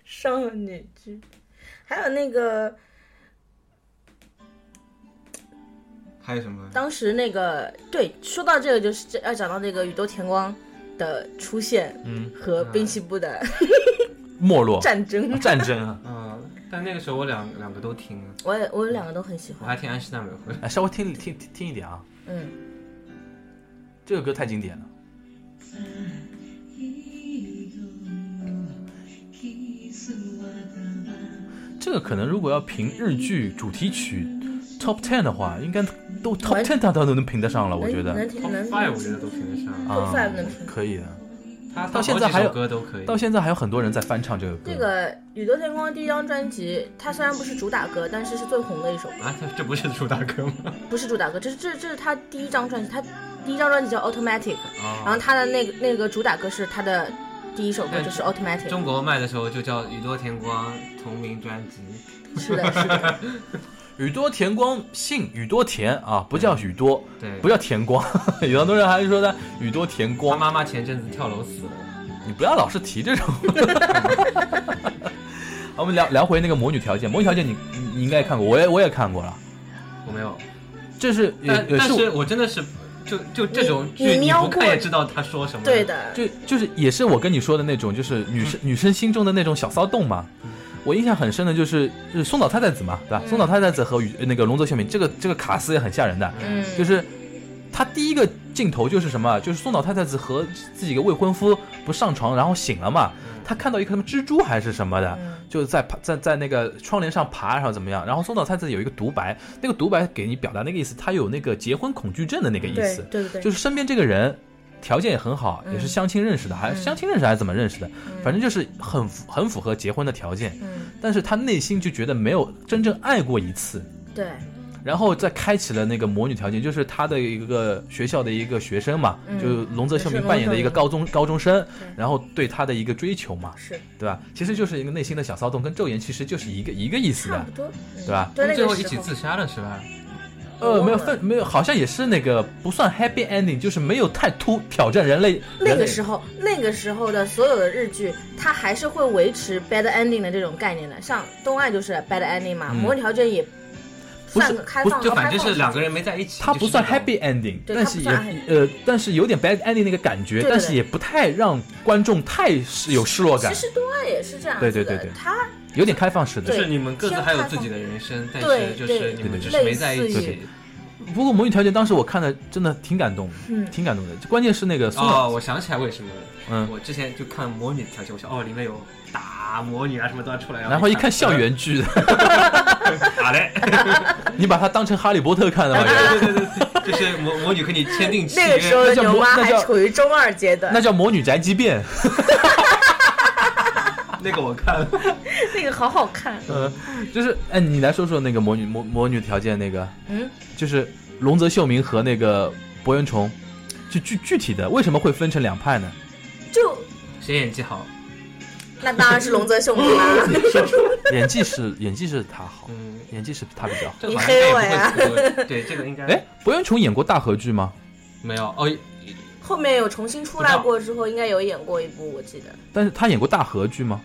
[SPEAKER 2] 少女剧，还有那个
[SPEAKER 4] 还有什么？
[SPEAKER 2] 当时那个对，说到这个就是这要讲到那个宇多田光的出现，
[SPEAKER 3] 嗯，
[SPEAKER 2] 和滨崎步的
[SPEAKER 3] 没落
[SPEAKER 2] *laughs* 战争，
[SPEAKER 3] 战争啊，
[SPEAKER 4] 嗯，但那个时候我两两个都听了，
[SPEAKER 2] 我也我两个都很喜
[SPEAKER 4] 我
[SPEAKER 2] 欢，
[SPEAKER 4] 还听安室奈美惠。
[SPEAKER 3] 哎，稍微听听听听一点啊，
[SPEAKER 2] 嗯。
[SPEAKER 3] 这个歌太经典了。
[SPEAKER 5] 「キス
[SPEAKER 3] 这个可能如果要评日剧主题曲 top ten 的话，应该都 top ten 它都能评得上了，我觉得
[SPEAKER 2] 能听能
[SPEAKER 4] five 我觉得都评得上，
[SPEAKER 2] top
[SPEAKER 3] 啊
[SPEAKER 2] five 能评
[SPEAKER 3] 可以的。
[SPEAKER 4] 他
[SPEAKER 3] 到现在还有
[SPEAKER 4] 歌都可以，
[SPEAKER 3] 到现在还有很多人在翻唱这个歌。
[SPEAKER 2] 这个《宇宙天空》第一张专辑，它虽然不是主打歌，但是是最红的一首歌。
[SPEAKER 4] 啊，这这不是主打歌吗？
[SPEAKER 2] 不是主打歌，这是这这是他第一张专辑，他第一张专辑叫 Automatic，
[SPEAKER 4] 啊
[SPEAKER 2] 然后他的那个那个主打歌是他的第一首歌，
[SPEAKER 4] 对
[SPEAKER 2] 就是 Automatic。
[SPEAKER 4] 中国卖的时候就叫《宇多田光》同名专辑，
[SPEAKER 2] 是的，是的，
[SPEAKER 3] 宇多田光姓宇多田啊，不叫宇多，
[SPEAKER 4] 对，
[SPEAKER 3] 不叫田光。 *laughs* 有很多人还说他宇多田
[SPEAKER 4] 他
[SPEAKER 3] 光，
[SPEAKER 4] 妈妈前阵子跳楼死了，
[SPEAKER 3] 你不要老是提这种。 *laughs* 好我们聊聊回那个《魔女条件》，《魔女条件你》你你应该也看过，我也我也看过了。
[SPEAKER 4] 我没有，
[SPEAKER 3] 这是也
[SPEAKER 4] 但
[SPEAKER 3] 也
[SPEAKER 4] 但
[SPEAKER 3] 是我
[SPEAKER 4] 是我真的是，就就这种
[SPEAKER 2] 你
[SPEAKER 4] 剧
[SPEAKER 2] 你
[SPEAKER 4] 你
[SPEAKER 2] 瞄
[SPEAKER 4] 不
[SPEAKER 2] 过
[SPEAKER 4] 看也知道他说什么，
[SPEAKER 2] 对，的。
[SPEAKER 3] 就就是也是我跟你说的那种，就是女生、女生心中的那种小骚动嘛。我印象很深的就是就是松岛菜菜子嘛，对吧？
[SPEAKER 2] 嗯
[SPEAKER 3] 松岛菜菜子和宇那个龙泽秀明，这个这个卡斯也很吓人的，
[SPEAKER 2] 嗯，
[SPEAKER 3] 就是他第一个镜头就是什么，就是松岛太太子和自己的未婚夫不上床，然后醒了嘛，他看到一个什么蜘蛛还是什么的，
[SPEAKER 2] 嗯
[SPEAKER 3] 就是在爬在在那个窗帘上爬，然后怎么样？然后松岛菜菜子有一个独白，那个独白给你表达那个意思，他有那个结婚恐惧症的那个意
[SPEAKER 2] 对
[SPEAKER 3] 思，
[SPEAKER 2] 对对，
[SPEAKER 3] 就是是身边这个人条件也很好，
[SPEAKER 2] 嗯
[SPEAKER 3] 也是相亲认识的，还
[SPEAKER 2] 嗯
[SPEAKER 3] 相亲认识还是怎么认识的，反正就是很符很符合结婚的条件，
[SPEAKER 2] 嗯，
[SPEAKER 3] 但是他内心就觉得没有真正爱过一次，
[SPEAKER 2] 对，
[SPEAKER 3] 然后再开启了那个魔女条件，就是他的一个学校的一个学生嘛，
[SPEAKER 2] 嗯
[SPEAKER 3] 就是龙泽秀明扮演的一个高中高中生，然后对他的一个追求嘛，
[SPEAKER 2] 是
[SPEAKER 3] 对吧？其实就是一个内心的小骚动，跟《咒言》其实就是一个一个意思啊
[SPEAKER 2] 差
[SPEAKER 3] 的
[SPEAKER 2] 不。多，对
[SPEAKER 3] 对吧
[SPEAKER 2] 对那
[SPEAKER 4] 最
[SPEAKER 2] 个
[SPEAKER 4] 后一
[SPEAKER 2] 时
[SPEAKER 4] 起
[SPEAKER 2] 候，嗯
[SPEAKER 4] 自杀了是吧？
[SPEAKER 2] 我
[SPEAKER 3] 呃，
[SPEAKER 2] 忘
[SPEAKER 3] 没有
[SPEAKER 2] 了
[SPEAKER 3] 分，没有，好像也是那个不算 happy ending，就是没有太突挑战人类
[SPEAKER 2] 那
[SPEAKER 3] 人类
[SPEAKER 2] 个时候，那个时候的所有的日剧，它还是会维持 bad ending 的这种概念的。像《东爱》就是 bad ending 嘛，
[SPEAKER 3] 嗯
[SPEAKER 2] 魔女条件》也
[SPEAKER 3] 不
[SPEAKER 2] 算
[SPEAKER 3] 是
[SPEAKER 2] 开
[SPEAKER 3] 不
[SPEAKER 2] 放，
[SPEAKER 4] 就反正
[SPEAKER 2] 开放
[SPEAKER 4] 是两个人没在一起，
[SPEAKER 3] 它不算
[SPEAKER 4] 就是这种
[SPEAKER 3] happy ending，
[SPEAKER 2] 对
[SPEAKER 3] 但
[SPEAKER 2] 它不
[SPEAKER 3] 是也
[SPEAKER 2] 算
[SPEAKER 3] 呃，但是有点 bad ending 那个感觉，
[SPEAKER 2] 对对
[SPEAKER 3] 但是也不太让观众太失有失落感
[SPEAKER 2] 其，实东爱也是这样子
[SPEAKER 3] 对
[SPEAKER 2] 的，
[SPEAKER 3] 对对对
[SPEAKER 2] 他
[SPEAKER 3] 有点开放式的
[SPEAKER 4] 就。
[SPEAKER 2] 对
[SPEAKER 4] 是你们各自还有自己的人生，但
[SPEAKER 2] 对
[SPEAKER 4] 是就是你们只是没在一
[SPEAKER 2] 对对
[SPEAKER 4] 起。
[SPEAKER 3] 不过《魔女条件》当时我看的真的挺感动的，
[SPEAKER 2] 嗯
[SPEAKER 3] 挺感动的。关键是那个松岛
[SPEAKER 4] 哦，我想起来为什么了，
[SPEAKER 3] 嗯
[SPEAKER 4] 我之前就看《魔女条件》，我想哦，里面有打魔女啊什么都要出来，
[SPEAKER 3] 然后一看校园剧，
[SPEAKER 4] *laughs*
[SPEAKER 3] *laughs*
[SPEAKER 4] 打嘞，
[SPEAKER 3] 你把它当成哈利波特看的
[SPEAKER 4] 对
[SPEAKER 3] 嘛？
[SPEAKER 2] *laughs*
[SPEAKER 4] 对对对对，就是魔魔女跟你签订契
[SPEAKER 2] 那个时
[SPEAKER 4] 约，
[SPEAKER 2] 候
[SPEAKER 3] 那叫
[SPEAKER 2] 牛
[SPEAKER 3] 魔
[SPEAKER 2] 妈
[SPEAKER 3] 那
[SPEAKER 2] 还
[SPEAKER 3] 叫
[SPEAKER 2] 处于中二阶段
[SPEAKER 3] 那，叫魔女宅急便。
[SPEAKER 4] 那个我看了，
[SPEAKER 2] *laughs*
[SPEAKER 4] *laughs*
[SPEAKER 2] 那个好好看。啊
[SPEAKER 3] 呃， *laughs* 就是哎，你来说说那个魔女魔魔女条件那个，
[SPEAKER 2] 嗯，
[SPEAKER 3] 就是龙泽秀明和那个博元崇，就具具体的为什么会分成两派呢？
[SPEAKER 2] 就
[SPEAKER 4] 谁演技 *laughs* 好？
[SPEAKER 2] 那当然是龙泽秀明
[SPEAKER 3] *laughs*
[SPEAKER 2] 啦。
[SPEAKER 3] 演技是演技是他好，
[SPEAKER 4] 嗯，
[SPEAKER 3] 演技是他比较好。
[SPEAKER 4] 这个好像
[SPEAKER 2] 你黑我
[SPEAKER 4] 他
[SPEAKER 2] 呀
[SPEAKER 4] 也不会出，对，这个应该
[SPEAKER 3] 哎，博元崇演过大河剧吗？
[SPEAKER 4] 没有哦，
[SPEAKER 2] 后面有重新出来过之后，应该有演过一部，我记得
[SPEAKER 3] 但是他演过大河剧吗？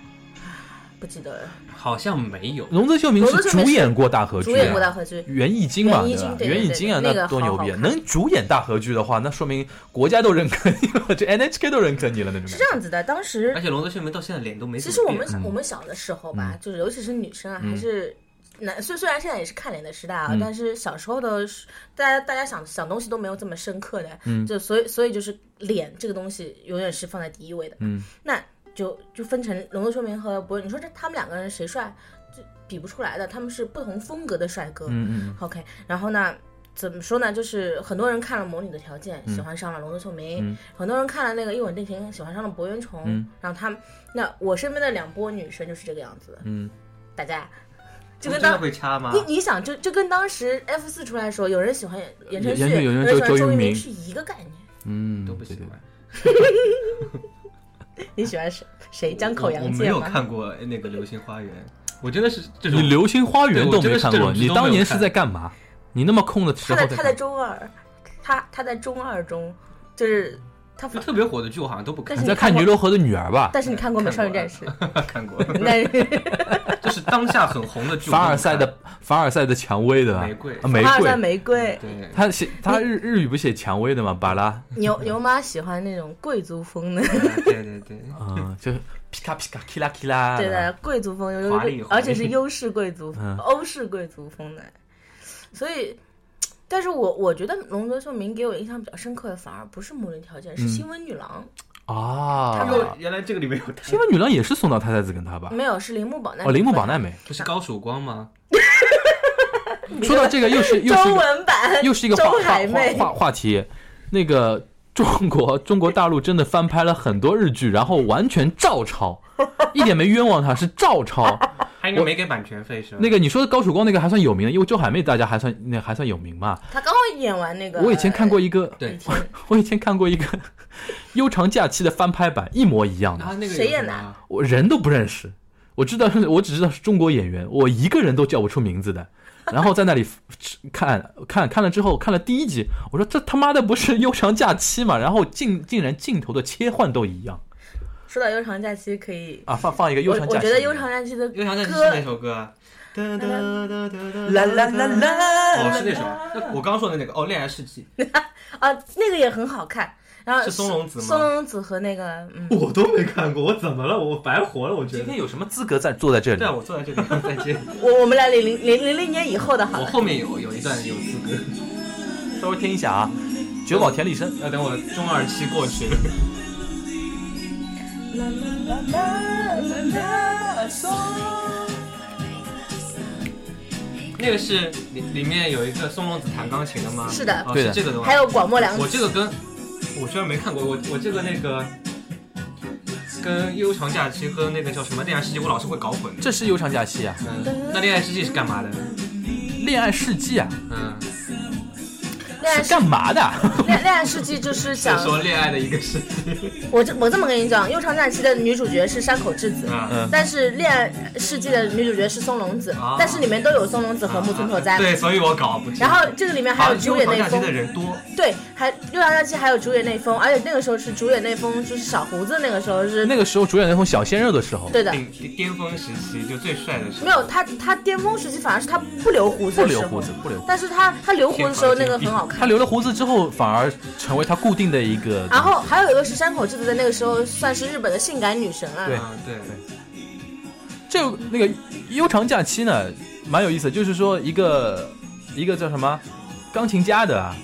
[SPEAKER 2] 不记得了。
[SPEAKER 4] 好像没有。
[SPEAKER 3] 龙泽秀明
[SPEAKER 2] 龙
[SPEAKER 3] 是
[SPEAKER 2] 泽秀明
[SPEAKER 3] 主
[SPEAKER 2] 是
[SPEAKER 3] 演过大河剧
[SPEAKER 2] 主
[SPEAKER 3] 啊，
[SPEAKER 2] 演过大合剧，
[SPEAKER 3] 袁艺经嘛，
[SPEAKER 2] 袁艺
[SPEAKER 3] 对吧
[SPEAKER 2] 经？对
[SPEAKER 3] 袁艺
[SPEAKER 2] 对
[SPEAKER 3] 经啊，
[SPEAKER 2] 对那个
[SPEAKER 3] 多
[SPEAKER 2] 好
[SPEAKER 3] 牛
[SPEAKER 2] 好
[SPEAKER 3] 逼！啊！
[SPEAKER 2] 看
[SPEAKER 3] 能主演大合剧的话，那说明国家都认可你了，就 NHK 都认可你了那种
[SPEAKER 2] 是
[SPEAKER 3] 感
[SPEAKER 2] 啊
[SPEAKER 3] 觉。
[SPEAKER 2] 这样子的。当时
[SPEAKER 3] 哎
[SPEAKER 4] 而且龙泽秀明到现在脸都没怎
[SPEAKER 2] 其
[SPEAKER 4] 么变。
[SPEAKER 2] 实我们我们小的时候吧，就是尤其是女生啊，
[SPEAKER 3] 嗯
[SPEAKER 2] 还是男，虽虽然现在也是看脸的时代啊
[SPEAKER 3] 嗯，
[SPEAKER 2] 但是小时候的时大家大家想想东西都没有这么深刻的
[SPEAKER 3] 嗯，
[SPEAKER 2] 就所以所以就是脸这个东西永远是放在第一位的。
[SPEAKER 3] 嗯，
[SPEAKER 2] 那就就分成龙泽秀明和博，你说这他们两个人谁帅，就比不出来的，他们是不同风格的帅哥。
[SPEAKER 3] 嗯嗯
[SPEAKER 2] OK，然后呢，怎么说呢？就是很多人看了《魔女的条件》，喜欢上了龙泽秀明；
[SPEAKER 3] 嗯
[SPEAKER 2] 很多人看了那个《一吻定情》，喜欢上了博元崇。
[SPEAKER 3] 嗯
[SPEAKER 2] 然后他们，那我身边的两波女生就是这个样子的，
[SPEAKER 3] 嗯
[SPEAKER 2] 大家就
[SPEAKER 4] 这
[SPEAKER 2] 跟
[SPEAKER 4] 个
[SPEAKER 2] 当。
[SPEAKER 4] 会插吗
[SPEAKER 2] 你？你想，就就跟当时 F 四出来的时候，有人喜欢言承
[SPEAKER 3] 言
[SPEAKER 2] 旭，
[SPEAKER 3] 有人
[SPEAKER 2] 人
[SPEAKER 3] 周
[SPEAKER 2] 喜欢周
[SPEAKER 3] 渝民
[SPEAKER 2] 渝民是一个概念。
[SPEAKER 3] 嗯，
[SPEAKER 4] 都不喜
[SPEAKER 3] 对
[SPEAKER 4] 欢
[SPEAKER 3] 对。
[SPEAKER 2] 你喜欢谁？谁？江口
[SPEAKER 4] 我
[SPEAKER 2] 洋
[SPEAKER 4] 我没
[SPEAKER 2] 介
[SPEAKER 4] 有
[SPEAKER 2] 吗？
[SPEAKER 4] 看过那个《流星花园》，我真的是这
[SPEAKER 3] 你
[SPEAKER 4] 种
[SPEAKER 3] 《流星花园》
[SPEAKER 4] 对
[SPEAKER 3] 都
[SPEAKER 4] 我真
[SPEAKER 3] 没
[SPEAKER 4] 的是
[SPEAKER 3] 看
[SPEAKER 4] 这
[SPEAKER 3] 过，
[SPEAKER 4] 种剧
[SPEAKER 3] 你
[SPEAKER 4] 都
[SPEAKER 3] 当
[SPEAKER 4] 没有
[SPEAKER 3] 年是
[SPEAKER 4] 看
[SPEAKER 3] 在干嘛？你那么空的时
[SPEAKER 2] 他
[SPEAKER 3] 候
[SPEAKER 2] 在
[SPEAKER 3] 在
[SPEAKER 2] 他
[SPEAKER 3] 干
[SPEAKER 2] 在
[SPEAKER 3] 嘛
[SPEAKER 2] 中二，他他在中二中，就是他
[SPEAKER 4] 就
[SPEAKER 2] 反，
[SPEAKER 4] 特别火的剧，我好像都不看
[SPEAKER 2] 但
[SPEAKER 3] 你
[SPEAKER 2] 是。
[SPEAKER 3] 在看《
[SPEAKER 2] 你看过
[SPEAKER 3] 尼罗河的女儿》吧？
[SPEAKER 2] 但是你看过《美少女战士》？*laughs*
[SPEAKER 4] 看过，
[SPEAKER 2] 但是
[SPEAKER 4] 就是当下很红的剧。
[SPEAKER 3] 凡尔赛的凡尔赛的蔷薇对吧？
[SPEAKER 4] 玫瑰
[SPEAKER 3] 啊
[SPEAKER 2] *laughs*
[SPEAKER 3] 玫
[SPEAKER 2] 凡尔赛
[SPEAKER 3] 瑰。
[SPEAKER 2] 玫瑰
[SPEAKER 4] 我，都不看，
[SPEAKER 3] 他写他日日语不写蔷薇的吗？巴
[SPEAKER 4] *laughs*
[SPEAKER 3] 拉， *laughs*
[SPEAKER 2] 牛牛妈喜欢那种贵族风的，
[SPEAKER 4] 对对对对，
[SPEAKER 3] 嗯，就是皮卡皮卡，k 啦 k 啦。
[SPEAKER 2] *laughs* 对的，贵族风，
[SPEAKER 4] 华丽华丽
[SPEAKER 2] 而且是优势贵族
[SPEAKER 3] 嗯、
[SPEAKER 2] *laughs* 欧式贵族风的。所以，但是我我觉得龙泽秀明给我印象比较深刻的，反而不是《魔力条件》，是
[SPEAKER 3] 嗯
[SPEAKER 2] 《新闻女郎》
[SPEAKER 3] 啊，
[SPEAKER 4] 因为原来这个里面有他
[SPEAKER 3] 新，闻女郎也是松岛菜菜子跟他吧？
[SPEAKER 2] 没有，是铃木保奈美。
[SPEAKER 3] 哦，铃木保奈美。
[SPEAKER 4] 不是高曙光吗？
[SPEAKER 2] 嗯
[SPEAKER 3] 说到这个，又
[SPEAKER 2] *laughs*
[SPEAKER 3] 是又是一
[SPEAKER 2] 中
[SPEAKER 3] 个
[SPEAKER 2] 文 *laughs* 版，
[SPEAKER 3] 又是一个话
[SPEAKER 2] 周
[SPEAKER 3] 话
[SPEAKER 2] 海
[SPEAKER 3] 话
[SPEAKER 2] 媚
[SPEAKER 3] 话话题，那个中国中国大陆真的翻拍了很多日剧，然后完全照抄，一点没冤枉他，是照抄。
[SPEAKER 4] 他应该没给版权费是吧？
[SPEAKER 3] 那个你说的高曙光那个还算有名的，因为周海媚大家还算那还算有名嘛。
[SPEAKER 2] 他刚演完那个。
[SPEAKER 3] 我以前看过一个，
[SPEAKER 4] 对，
[SPEAKER 3] 我以前看过一个 *laughs* 《悠长假期》的翻拍版，一模一样
[SPEAKER 4] 然
[SPEAKER 3] 的，
[SPEAKER 4] 后啊那个
[SPEAKER 2] 谁
[SPEAKER 4] 有什
[SPEAKER 2] 演的
[SPEAKER 4] 么
[SPEAKER 3] 我人都不认识，我知道 *laughs* 是我只知道是中国演员，我一个人都叫不出名字的。然后在那里 *laughs* 看看看了之后，看了第一集，我说这他妈的不是《悠长假期》嘛？然后竟竟然镜头的切换都一样
[SPEAKER 2] 说到悠长假期，可以，
[SPEAKER 3] 啊！放放一个《悠
[SPEAKER 2] 我
[SPEAKER 3] 长假期》，
[SPEAKER 2] 我觉得悠长假期的
[SPEAKER 4] 又想起是
[SPEAKER 2] 歌
[SPEAKER 4] 那首歌啊，哒哒哒哒哒
[SPEAKER 3] 啦啦啦啦，
[SPEAKER 4] 哦，是那首，那我刚说的那个哦，《恋爱世纪
[SPEAKER 2] 啊，那个也很好看。然后
[SPEAKER 4] 是松隆子吗
[SPEAKER 2] 松隆子和那个嗯》，，
[SPEAKER 4] 我都没 *laughs* 看过，我怎么了？我白活了？我觉
[SPEAKER 3] 今
[SPEAKER 4] 得
[SPEAKER 3] 天。有什么资格在坐在这里
[SPEAKER 4] *laughs* 对啊，？我坐在这里，再见。
[SPEAKER 2] 我我们俩零零零零零年以后的好
[SPEAKER 4] *laughs* 我
[SPEAKER 2] 了。
[SPEAKER 4] 后面有有一段有资格，
[SPEAKER 3] 稍微听一下啊，九保田利生。
[SPEAKER 4] 要等我中二期过去。 *laughs* 那个是里里面有一个松隆子弹钢琴的吗？
[SPEAKER 2] 是的
[SPEAKER 4] 哦、
[SPEAKER 3] 对
[SPEAKER 4] 是
[SPEAKER 3] 的
[SPEAKER 4] 这个的吗？
[SPEAKER 2] 还有广末凉
[SPEAKER 4] 我
[SPEAKER 2] 子，
[SPEAKER 4] 这个跟我居然没看过，我我这个那个跟悠长假期和那个叫什么恋爱世纪，我老是会搞混的。
[SPEAKER 3] 这是《悠长假期》啊，
[SPEAKER 4] 嗯，那恋爱世纪是干嘛的？
[SPEAKER 3] 《恋爱世纪》啊，
[SPEAKER 4] 嗯，
[SPEAKER 2] 恋爱
[SPEAKER 3] 是
[SPEAKER 2] 世
[SPEAKER 3] 干嘛的？ *laughs*
[SPEAKER 2] 恋恋爱世纪就是
[SPEAKER 4] 是
[SPEAKER 2] 讲
[SPEAKER 4] 说恋爱的一个世纪。 *laughs*
[SPEAKER 2] 我这我这么跟你讲，《悠长假期》的女主角是山口智子，
[SPEAKER 4] 啊，
[SPEAKER 3] 嗯，
[SPEAKER 2] 但是《恋爱世纪》的女主角是松隆子
[SPEAKER 4] 啊，
[SPEAKER 2] 但是里面都有松隆子和木村拓哉。
[SPEAKER 4] 对，所以我搞不清。
[SPEAKER 2] 然后这个里面还有竹
[SPEAKER 4] 悠
[SPEAKER 2] 野
[SPEAKER 4] 长
[SPEAKER 2] 内
[SPEAKER 4] 假期
[SPEAKER 2] 丰
[SPEAKER 4] 的，人多，
[SPEAKER 2] 对，还《悠长假期》还有竹野内丰，而且那个时候是竹野内丰就是小胡子，那个时候是
[SPEAKER 3] 那个时候主演那种小鲜肉的时候，
[SPEAKER 2] 对的，
[SPEAKER 4] 顶巅巅峰时期就最帅的时候。
[SPEAKER 2] 没有他他巅峰时期反而是他不留胡子
[SPEAKER 3] 不
[SPEAKER 2] 的时
[SPEAKER 3] 留
[SPEAKER 2] 候，
[SPEAKER 3] 胡子，不留胡子。
[SPEAKER 2] 但是他他留胡子的时候那个很好看
[SPEAKER 3] 他。留了胡子之后，反而成为他固定的一个。
[SPEAKER 2] 然后还有一个是山口智子，在那个时候算是日本的性感女神啊。
[SPEAKER 3] 对
[SPEAKER 4] 啊，对，
[SPEAKER 3] 这那个悠长假期呢，蛮有意思，就是说一个一个叫什么钢琴家的啊，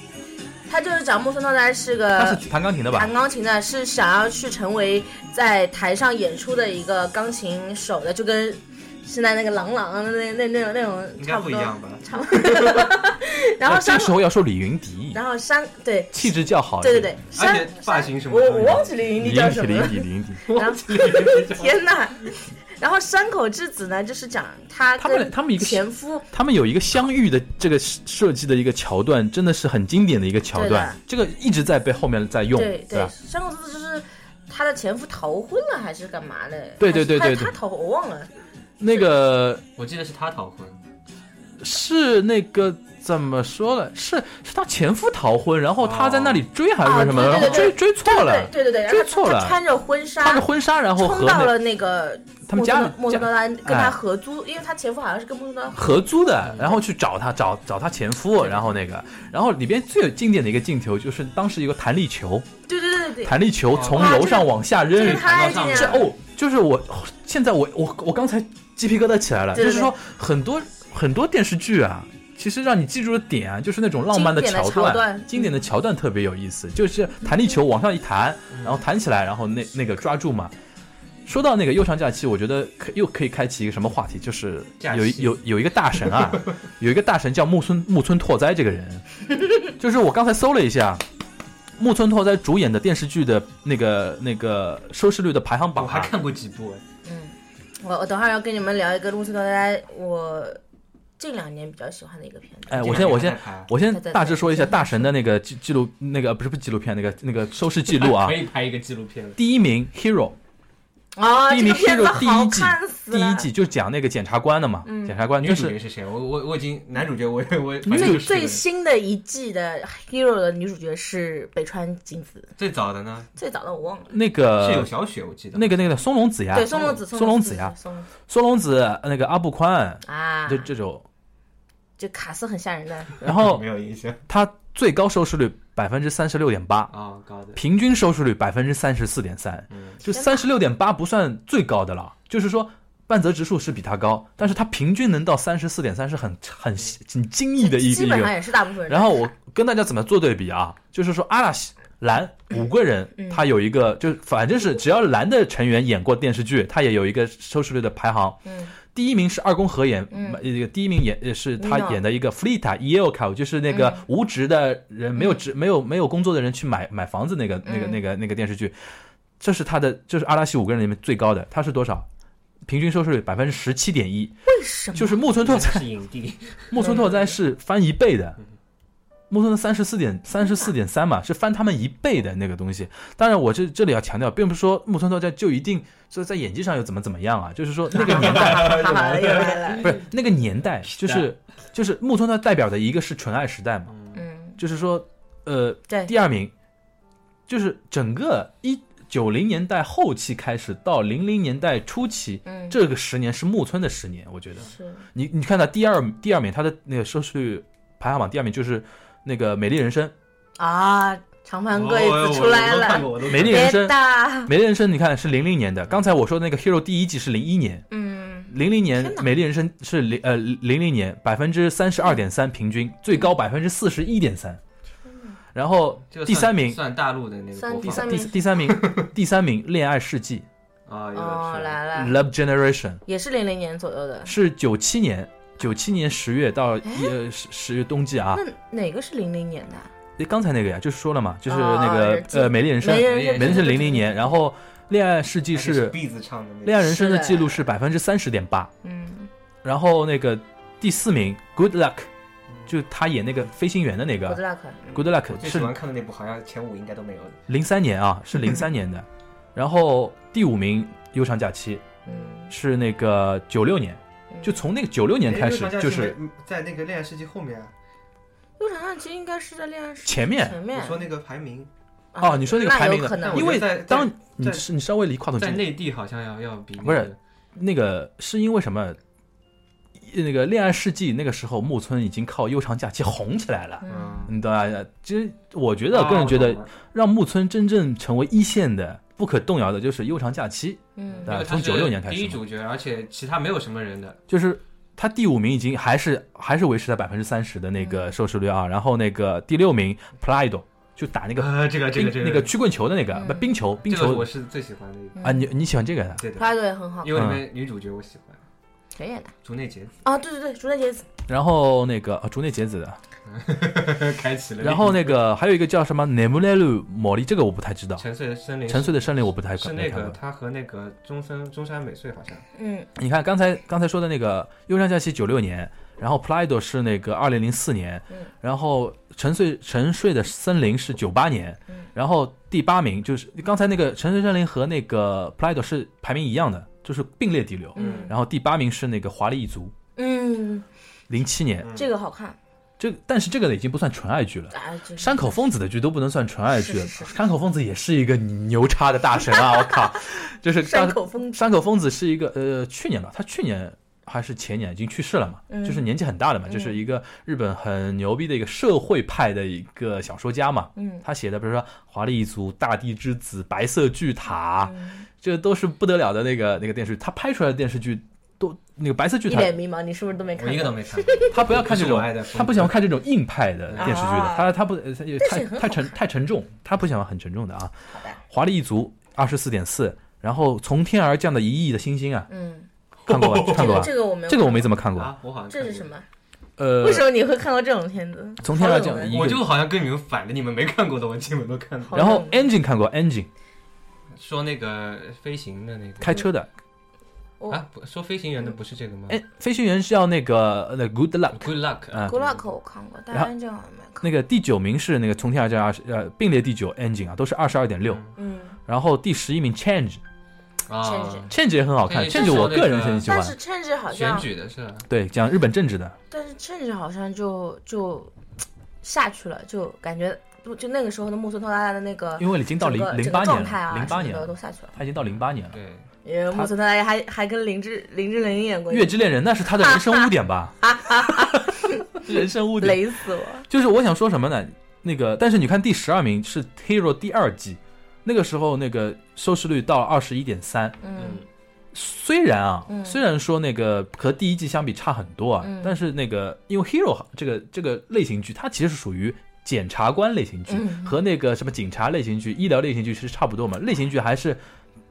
[SPEAKER 2] 她就是讲木村拓哉是
[SPEAKER 3] 他是
[SPEAKER 2] 个
[SPEAKER 3] 弹钢琴的吧
[SPEAKER 2] 呃弹？钢琴的，是想要去成为在台上演出的一个钢琴手的，就跟现在那个郎朗啊那那那种那种
[SPEAKER 4] 应该
[SPEAKER 2] 差
[SPEAKER 4] 不
[SPEAKER 2] 不
[SPEAKER 4] 一
[SPEAKER 2] 多。
[SPEAKER 4] 样吧？
[SPEAKER 2] 差不多。 *laughs* 然后
[SPEAKER 3] 那这 *laughs*
[SPEAKER 2] 山
[SPEAKER 3] 个时
[SPEAKER 2] 口，
[SPEAKER 3] 候要说李云迪，
[SPEAKER 2] 然后山对
[SPEAKER 3] 气质较好。
[SPEAKER 2] 对对对，，
[SPEAKER 4] 而
[SPEAKER 2] 山
[SPEAKER 4] 且发型什么
[SPEAKER 2] 我
[SPEAKER 4] 的？
[SPEAKER 2] 我忘记李云
[SPEAKER 3] 李
[SPEAKER 2] 迪叫
[SPEAKER 3] 云迪，
[SPEAKER 2] 什么
[SPEAKER 3] 李云迪，李云
[SPEAKER 2] 了。*laughs*
[SPEAKER 3] 迪。
[SPEAKER 2] *laughs* 然后
[SPEAKER 4] 天，
[SPEAKER 2] 天呐， *laughs* 然后山口智子呢，就是讲她
[SPEAKER 3] 他们
[SPEAKER 2] 跟
[SPEAKER 3] 他们一个
[SPEAKER 2] 前夫
[SPEAKER 3] 他们有一个相遇的这个设计的一个桥段，真的是很经典的一个桥段这
[SPEAKER 2] 对，
[SPEAKER 3] 个一直在被后面在用，
[SPEAKER 2] 对
[SPEAKER 3] 吧？
[SPEAKER 2] 山口智子就是她的前夫逃婚了还是干嘛的？
[SPEAKER 3] 对对对
[SPEAKER 2] 还
[SPEAKER 3] 对
[SPEAKER 2] 是
[SPEAKER 3] 对
[SPEAKER 2] 她她逃婚我忘了，
[SPEAKER 3] 那个
[SPEAKER 4] *laughs* 我记得是他逃婚，
[SPEAKER 3] 是那个怎么说呢？是是她前夫逃婚，然后她在那里追还是什么？
[SPEAKER 2] 哦对对
[SPEAKER 3] 然后
[SPEAKER 2] 对
[SPEAKER 3] 追追错了，
[SPEAKER 2] 对对对，然
[SPEAKER 3] 追
[SPEAKER 2] 后
[SPEAKER 3] 错
[SPEAKER 2] 她
[SPEAKER 3] 了
[SPEAKER 2] 她穿着婚纱，
[SPEAKER 3] 穿着婚纱，然后和
[SPEAKER 2] 冲到
[SPEAKER 3] 那
[SPEAKER 2] 了那个
[SPEAKER 3] 他们家里
[SPEAKER 2] 莫
[SPEAKER 3] 家
[SPEAKER 2] 村多拉跟
[SPEAKER 3] 哎
[SPEAKER 2] 她合租，因为她前夫好像是跟莫村多拉
[SPEAKER 3] 合租的，然后去找她找找她前夫，然后那个，然后里边最有经典的一个镜头就是当时有个弹力球，
[SPEAKER 2] 对对对对对，
[SPEAKER 3] 弹力球从楼上往下
[SPEAKER 2] 这
[SPEAKER 3] 扔
[SPEAKER 2] 个，太经典
[SPEAKER 4] 这
[SPEAKER 3] 这
[SPEAKER 2] 了。
[SPEAKER 3] 哦，就是我现在我我我刚才鸡皮疙瘩起来了，
[SPEAKER 2] 对
[SPEAKER 3] 就
[SPEAKER 2] 对
[SPEAKER 3] 是说很多很多电视剧啊，其实让你记住的点啊，就是那种浪漫
[SPEAKER 2] 经典的
[SPEAKER 3] 桥
[SPEAKER 2] 桥段嗯
[SPEAKER 3] 经典的桥段特别有意思，就是弹力球往上一弹，然后弹起来，然后那那个抓住嘛。说到那个悠长假期，我觉得可又可以开启一个什么话题，就是
[SPEAKER 4] 假
[SPEAKER 3] 有一
[SPEAKER 4] 期
[SPEAKER 3] 有有一个大神
[SPEAKER 4] *laughs*
[SPEAKER 3] 啊，有一个大神叫木村木村拓哉这个人，就是我刚才搜了一下，木村拓哉主演的电视剧的那个那个收视率的排行
[SPEAKER 4] 我
[SPEAKER 3] 榜
[SPEAKER 4] 还
[SPEAKER 3] 啊，
[SPEAKER 4] 看过几部哎。
[SPEAKER 2] 嗯我我等会儿要跟你们聊一个木村拓哉，我近两年比较喜欢的一个片子。
[SPEAKER 3] 哎，我先我先我先
[SPEAKER 2] 对对对
[SPEAKER 3] 大致说一下大神的那个记记录，那个不是不是纪录片，那个那个收视记录啊
[SPEAKER 4] *laughs* 可，以拍一个纪录片了。
[SPEAKER 3] 第一名 Hero，
[SPEAKER 2] 啊，
[SPEAKER 3] 第一
[SPEAKER 2] 这
[SPEAKER 3] 名
[SPEAKER 2] 个片子
[SPEAKER 3] Hero 第
[SPEAKER 2] 好
[SPEAKER 3] 一季
[SPEAKER 2] 看死了。
[SPEAKER 3] 第一季就讲那个检察官的嘛，
[SPEAKER 2] 嗯
[SPEAKER 3] 检察官
[SPEAKER 4] 女
[SPEAKER 3] 就
[SPEAKER 4] 主
[SPEAKER 3] 是
[SPEAKER 4] 角是谁？我我我已经男主角我也我反正就
[SPEAKER 2] 最
[SPEAKER 4] 是
[SPEAKER 2] 最新的一季的 Hero 的女主角是北川景子，
[SPEAKER 4] 最早的呢
[SPEAKER 2] 最早的我忘了。
[SPEAKER 3] 那
[SPEAKER 4] 是有
[SPEAKER 3] 个
[SPEAKER 4] 小雪，我记得
[SPEAKER 3] 呃那个那个松隆子呀
[SPEAKER 2] 对，，松隆子，
[SPEAKER 3] 松
[SPEAKER 2] 隆
[SPEAKER 3] 隆子呀
[SPEAKER 2] 松隆子
[SPEAKER 3] 松隆子那个阿布宽，
[SPEAKER 2] 啊，
[SPEAKER 3] 就这种，
[SPEAKER 2] 就卡斯很吓人的，
[SPEAKER 3] 然后
[SPEAKER 4] 没有印象
[SPEAKER 3] 他最高收视率百分之三十六点八，
[SPEAKER 4] 啊， *laughs* 高的
[SPEAKER 3] 平均收视率百分之三十四点三，
[SPEAKER 4] 嗯
[SPEAKER 3] 就三十六点八不算最高的了，就是说半泽直树是比他高，但是他平均能到三十四点三是很很很惊异的一
[SPEAKER 2] 基
[SPEAKER 3] 一
[SPEAKER 2] 本上
[SPEAKER 3] 个。 *laughs*
[SPEAKER 2] 也是大部分人。
[SPEAKER 3] 然后我跟大家怎么做对比啊？就是说阿拉西蓝五个人，
[SPEAKER 2] 嗯
[SPEAKER 3] 他有一个就是反正是只要蓝的成员演过电视剧，他也有一个收视率的排行。
[SPEAKER 2] 嗯
[SPEAKER 3] 第一名是二宫和也，
[SPEAKER 2] 嗯
[SPEAKER 3] 这个第一名演呃是他
[SPEAKER 2] Nino
[SPEAKER 3] 演的一个 Flita y e l k a 就是那
[SPEAKER 2] 嗯
[SPEAKER 3] 个无职的人，没有职没有没有工作的人去买买房子那个那个
[SPEAKER 2] 嗯
[SPEAKER 3] 那个那个电视剧，这是他的这是阿拉西五个人里面最高的，他是多少？平均收视率百分之十七点一，
[SPEAKER 2] 为什么？
[SPEAKER 3] 就是木村拓哉，
[SPEAKER 4] 是影
[SPEAKER 3] *laughs*
[SPEAKER 4] 帝，
[SPEAKER 3] 木村拓哉是翻一倍的，木村三十四点三十四点三嘛，是翻他们一倍的那个东西。当然，我这这里要强调，并不是说木村拓哉就一定就在演技上又怎么怎么样啊，就是说那个
[SPEAKER 2] *laughs*
[SPEAKER 3] 年代
[SPEAKER 2] 好了，又来了。
[SPEAKER 3] 不是那个年代，就是就是木村拓哉代表的一个是纯爱时代嘛，
[SPEAKER 2] 嗯，
[SPEAKER 3] 就是说呃
[SPEAKER 2] 对，
[SPEAKER 3] 第二名，就是整个一九零年代后期开始到零零年代初期。
[SPEAKER 2] 嗯，
[SPEAKER 3] 这个十年是木村的十年，我觉得。
[SPEAKER 2] 是
[SPEAKER 3] 你你看他第二第二名，他的那个收视率排行榜第二名就是那个《美丽人生
[SPEAKER 2] 啊，长盘贵子出来了，
[SPEAKER 4] 哦我都》，
[SPEAKER 3] 《美丽人
[SPEAKER 2] 别
[SPEAKER 3] 生》《
[SPEAKER 2] 打。
[SPEAKER 3] 美丽人生》，你看是零零年的。刚才我说的那个《Hero》第一季是零一年，
[SPEAKER 2] 嗯，
[SPEAKER 3] 零零年
[SPEAKER 2] 天
[SPEAKER 3] 《
[SPEAKER 2] 哪
[SPEAKER 3] 美丽人生》是零呃零零年百分之三十二点三平均，最高百分之四十一点三。然后第三名，
[SPEAKER 4] 算大陆的那个
[SPEAKER 2] 三
[SPEAKER 4] 播
[SPEAKER 3] 第
[SPEAKER 4] 放
[SPEAKER 3] 三
[SPEAKER 2] 三
[SPEAKER 3] 第第三名，第三名《恋爱世纪
[SPEAKER 4] 啊，有
[SPEAKER 2] 哦，来》了，
[SPEAKER 3] （Love Generation）
[SPEAKER 2] 也是零零年左右的。
[SPEAKER 3] 是九七年九七年十月到一呃十十月冬季啊。
[SPEAKER 2] 那哪个是零零年的啊？
[SPEAKER 3] 诶哎刚才那个呀，就是说了嘛，就是
[SPEAKER 2] 哦
[SPEAKER 3] 那个
[SPEAKER 2] 日记
[SPEAKER 3] 呃《美丽人生》
[SPEAKER 2] 没，
[SPEAKER 4] 没人
[SPEAKER 2] 人
[SPEAKER 3] 美丽是零零年，然后《恋爱世纪》是《
[SPEAKER 4] B 子唱的那
[SPEAKER 3] 恋
[SPEAKER 4] 个，
[SPEAKER 3] 爱人生》的
[SPEAKER 2] 是的
[SPEAKER 3] 记录是百分之三十点八，
[SPEAKER 2] 嗯，
[SPEAKER 3] 然后那个第四名《Good Luck》，就他演那个飞行员的那
[SPEAKER 2] 我
[SPEAKER 3] 个
[SPEAKER 2] 知道可
[SPEAKER 3] 《Good Luck
[SPEAKER 4] 我》最喜
[SPEAKER 3] 是
[SPEAKER 4] 欢看的那部好像前五应该都没有的，
[SPEAKER 3] 零三年啊，是零三年的，然后第五名《悠长假期
[SPEAKER 2] 嗯》，
[SPEAKER 3] 是那个九六年，就从那个九六年开始
[SPEAKER 4] 哎
[SPEAKER 3] 就
[SPEAKER 4] 因为
[SPEAKER 3] 是
[SPEAKER 4] 嗯在那个《恋爱世纪》后面啊，
[SPEAKER 2] 悠长假期应该是在恋爱时
[SPEAKER 3] 前面
[SPEAKER 2] 前
[SPEAKER 4] 我
[SPEAKER 2] 面
[SPEAKER 4] 说那个排名，
[SPEAKER 3] 哦，你说那个排名
[SPEAKER 2] 有可
[SPEAKER 3] 的，
[SPEAKER 2] 能
[SPEAKER 3] 因为
[SPEAKER 4] 在在
[SPEAKER 3] 当你
[SPEAKER 4] 在
[SPEAKER 3] 是你稍微离话筒
[SPEAKER 4] 在
[SPEAKER 3] 近，
[SPEAKER 4] 内地好像要要比那个
[SPEAKER 3] 不是那个是因为什么？那个《恋爱世纪》那个时候，木村已经靠《悠长假期》红起来了。
[SPEAKER 2] 嗯
[SPEAKER 3] 你懂啊？其实我觉得，个人觉
[SPEAKER 4] 啊我
[SPEAKER 3] 得
[SPEAKER 4] 懂，了
[SPEAKER 3] 让木村真正成为一线的不可动摇的，就是《悠长假期
[SPEAKER 2] 嗯
[SPEAKER 3] 对
[SPEAKER 4] 因为
[SPEAKER 3] 呃从
[SPEAKER 4] 他是
[SPEAKER 3] 96年开始
[SPEAKER 4] 第一
[SPEAKER 3] 嘛
[SPEAKER 4] 主角，而且其他没有什么人的，》，
[SPEAKER 3] 就是他第五名已经还是还是维持在百分之三十的那
[SPEAKER 4] 嗯
[SPEAKER 3] 个收视率啊。然后那个第六名 Plido 就打那个
[SPEAKER 4] 呃，这个这
[SPEAKER 3] 冰
[SPEAKER 4] 个这个
[SPEAKER 3] 那个曲棍球的那个
[SPEAKER 2] 嗯
[SPEAKER 3] 不冰球冰
[SPEAKER 4] 这个
[SPEAKER 3] 球
[SPEAKER 4] 我是最喜欢的一个，
[SPEAKER 3] 啊，你你喜欢这个的？
[SPEAKER 4] 对的，
[SPEAKER 2] ，Prado 也很好，
[SPEAKER 3] 嗯
[SPEAKER 4] 因为里面女主角我喜欢
[SPEAKER 2] 谁演的？
[SPEAKER 4] 竹
[SPEAKER 3] *laughs*
[SPEAKER 4] 内结子，
[SPEAKER 2] 啊，对对对，竹内结子，
[SPEAKER 3] 然后那个啊竹内结子的，
[SPEAKER 4] 开启了。
[SPEAKER 3] 然后那个还有一个叫什么 Nemulelu 魔力，这个我不太知道。
[SPEAKER 4] 沉睡的森
[SPEAKER 2] 哎
[SPEAKER 4] 林是，
[SPEAKER 3] 沉睡的森林我不太
[SPEAKER 4] 是
[SPEAKER 3] 没
[SPEAKER 4] 那
[SPEAKER 3] 看
[SPEAKER 4] 个
[SPEAKER 3] 过。
[SPEAKER 4] 他和那个中森中山美穗好像，
[SPEAKER 2] 嗯
[SPEAKER 3] 你看刚才刚才说的那个《忧伤假期》九六年，然后 Plido 是那个二零零四年
[SPEAKER 2] 嗯，
[SPEAKER 3] 然后沉睡沉睡的森林是九八年
[SPEAKER 2] 嗯，
[SPEAKER 3] 然后第八名就是刚才那个沉睡森林和那个 Plido 是排名一样的，就是并列第六。
[SPEAKER 2] 嗯
[SPEAKER 3] 然后第八名是那个华丽一族，
[SPEAKER 2] 嗯，
[SPEAKER 3] 零七年，
[SPEAKER 2] 这个好看
[SPEAKER 3] 这但是这个呢已经不算纯爱剧了。
[SPEAKER 2] 啊，就是
[SPEAKER 3] 山口丰子的剧都不能算纯爱剧，
[SPEAKER 2] 是是是
[SPEAKER 3] 山口丰子也是一个牛叉的大神啊！我靠，
[SPEAKER 2] *laughs*
[SPEAKER 3] 就是当
[SPEAKER 2] 山口风
[SPEAKER 3] 山口丰子是一个呃，去年吧，他去年还是前年已经去世了嘛，
[SPEAKER 2] 嗯
[SPEAKER 3] 就是年纪很大了嘛，就是一个日本很牛逼的一个社会派的一个小说家嘛。
[SPEAKER 2] 嗯
[SPEAKER 3] 他写的比如说《华丽一族》《大地之子》《白色巨塔》
[SPEAKER 2] 嗯
[SPEAKER 3] 这都是不得了的那个那个电视剧。他拍出来的电视剧都那个白色巨
[SPEAKER 2] 一
[SPEAKER 3] 塔，
[SPEAKER 2] 脸迷茫，你是不是都没看
[SPEAKER 4] 我
[SPEAKER 2] 过？
[SPEAKER 4] 一个都没看过。 *laughs*
[SPEAKER 3] 他不要看这
[SPEAKER 4] 不是
[SPEAKER 3] 种
[SPEAKER 4] 我爱的，风格
[SPEAKER 3] 他不喜欢看这种硬派的电视剧的
[SPEAKER 2] 啊，
[SPEAKER 3] 他他不呃他
[SPEAKER 2] 但
[SPEAKER 3] 太
[SPEAKER 2] 是很好
[SPEAKER 3] 太沉太沉重，他不喜欢很沉重的啊。
[SPEAKER 2] 好的，
[SPEAKER 3] 华丽一族二十四点四，然后从天而降的一亿的星星啊，
[SPEAKER 2] 嗯，
[SPEAKER 3] 看过
[SPEAKER 2] *laughs*
[SPEAKER 3] 吧？看
[SPEAKER 2] 这
[SPEAKER 3] 过
[SPEAKER 2] 个
[SPEAKER 3] 吧？
[SPEAKER 2] 这个我没有，
[SPEAKER 3] 这个我没怎么看过。
[SPEAKER 4] 啊，我好像
[SPEAKER 2] 这是
[SPEAKER 4] 看过
[SPEAKER 2] 什？么？
[SPEAKER 3] 呃
[SPEAKER 2] 为，什么你会看过这种片子？
[SPEAKER 3] 从天而降
[SPEAKER 2] 好冷门
[SPEAKER 3] 一
[SPEAKER 4] 我
[SPEAKER 3] 个。
[SPEAKER 4] 就好像跟你们反着，你们没看过的我基本都看过。
[SPEAKER 3] 然后
[SPEAKER 2] 好冷
[SPEAKER 3] engine 看过 engine
[SPEAKER 4] 说那个飞行的那个
[SPEAKER 3] 开车的，
[SPEAKER 2] 我
[SPEAKER 4] 啊，不说飞行员的不是这个吗
[SPEAKER 2] 嗯
[SPEAKER 4] 啊
[SPEAKER 3] 哎，飞行员是要那个呃那 good luck。
[SPEAKER 4] ？Good luck
[SPEAKER 3] 嗯
[SPEAKER 2] Good Luck 我看过，但
[SPEAKER 3] 然后
[SPEAKER 2] 安正好像没看过。
[SPEAKER 3] 那个第九名是那个从天而降二十呃并列第九 engine 啊，都是二十二点六。
[SPEAKER 2] 嗯，
[SPEAKER 3] 然后第十一名 change
[SPEAKER 4] 啊，
[SPEAKER 3] change 也很好看
[SPEAKER 4] 对
[SPEAKER 3] ，change 我个人很喜欢
[SPEAKER 2] 但。是 Change 好
[SPEAKER 4] 选
[SPEAKER 2] 像，
[SPEAKER 4] 举的是吧啊
[SPEAKER 3] 对，讲日本政治的。
[SPEAKER 2] 但是 Change 好像就就下去了，就感觉不就那个时候的木村拓哉的那个
[SPEAKER 3] 因为已经到
[SPEAKER 2] 呃整
[SPEAKER 3] 零
[SPEAKER 2] 个
[SPEAKER 3] 零
[SPEAKER 2] 整
[SPEAKER 3] 八
[SPEAKER 2] 个
[SPEAKER 3] 年
[SPEAKER 2] 状态啊
[SPEAKER 3] 了，零
[SPEAKER 2] 什
[SPEAKER 3] 八
[SPEAKER 2] 么
[SPEAKER 3] 年
[SPEAKER 2] 的都
[SPEAKER 3] 了，
[SPEAKER 2] 下去了。
[SPEAKER 3] 他已经到零八年了。
[SPEAKER 4] 对，
[SPEAKER 2] 因为木村拓哉还还跟林志林志玲演过
[SPEAKER 3] 《
[SPEAKER 2] 一
[SPEAKER 3] 月之恋人》那是他的人生污点
[SPEAKER 2] *laughs*
[SPEAKER 3] 吧？人生污点。
[SPEAKER 2] 雷死我！
[SPEAKER 3] 就是我想说什么呢？那个，但是你看第十二名是《Hero》第二季，那个时候那个收视率到二十一点三。
[SPEAKER 2] 嗯，
[SPEAKER 3] 虽然啊，
[SPEAKER 2] 嗯
[SPEAKER 3] 虽然说那个和第一季相比差很多啊，
[SPEAKER 2] 嗯
[SPEAKER 3] 但是那个因为《Hero》这个这个类型剧，它其实是属于检察官类型剧
[SPEAKER 2] 嗯
[SPEAKER 3] 和那个什么警察类型剧、医疗类型剧是差不多嘛？类型剧还是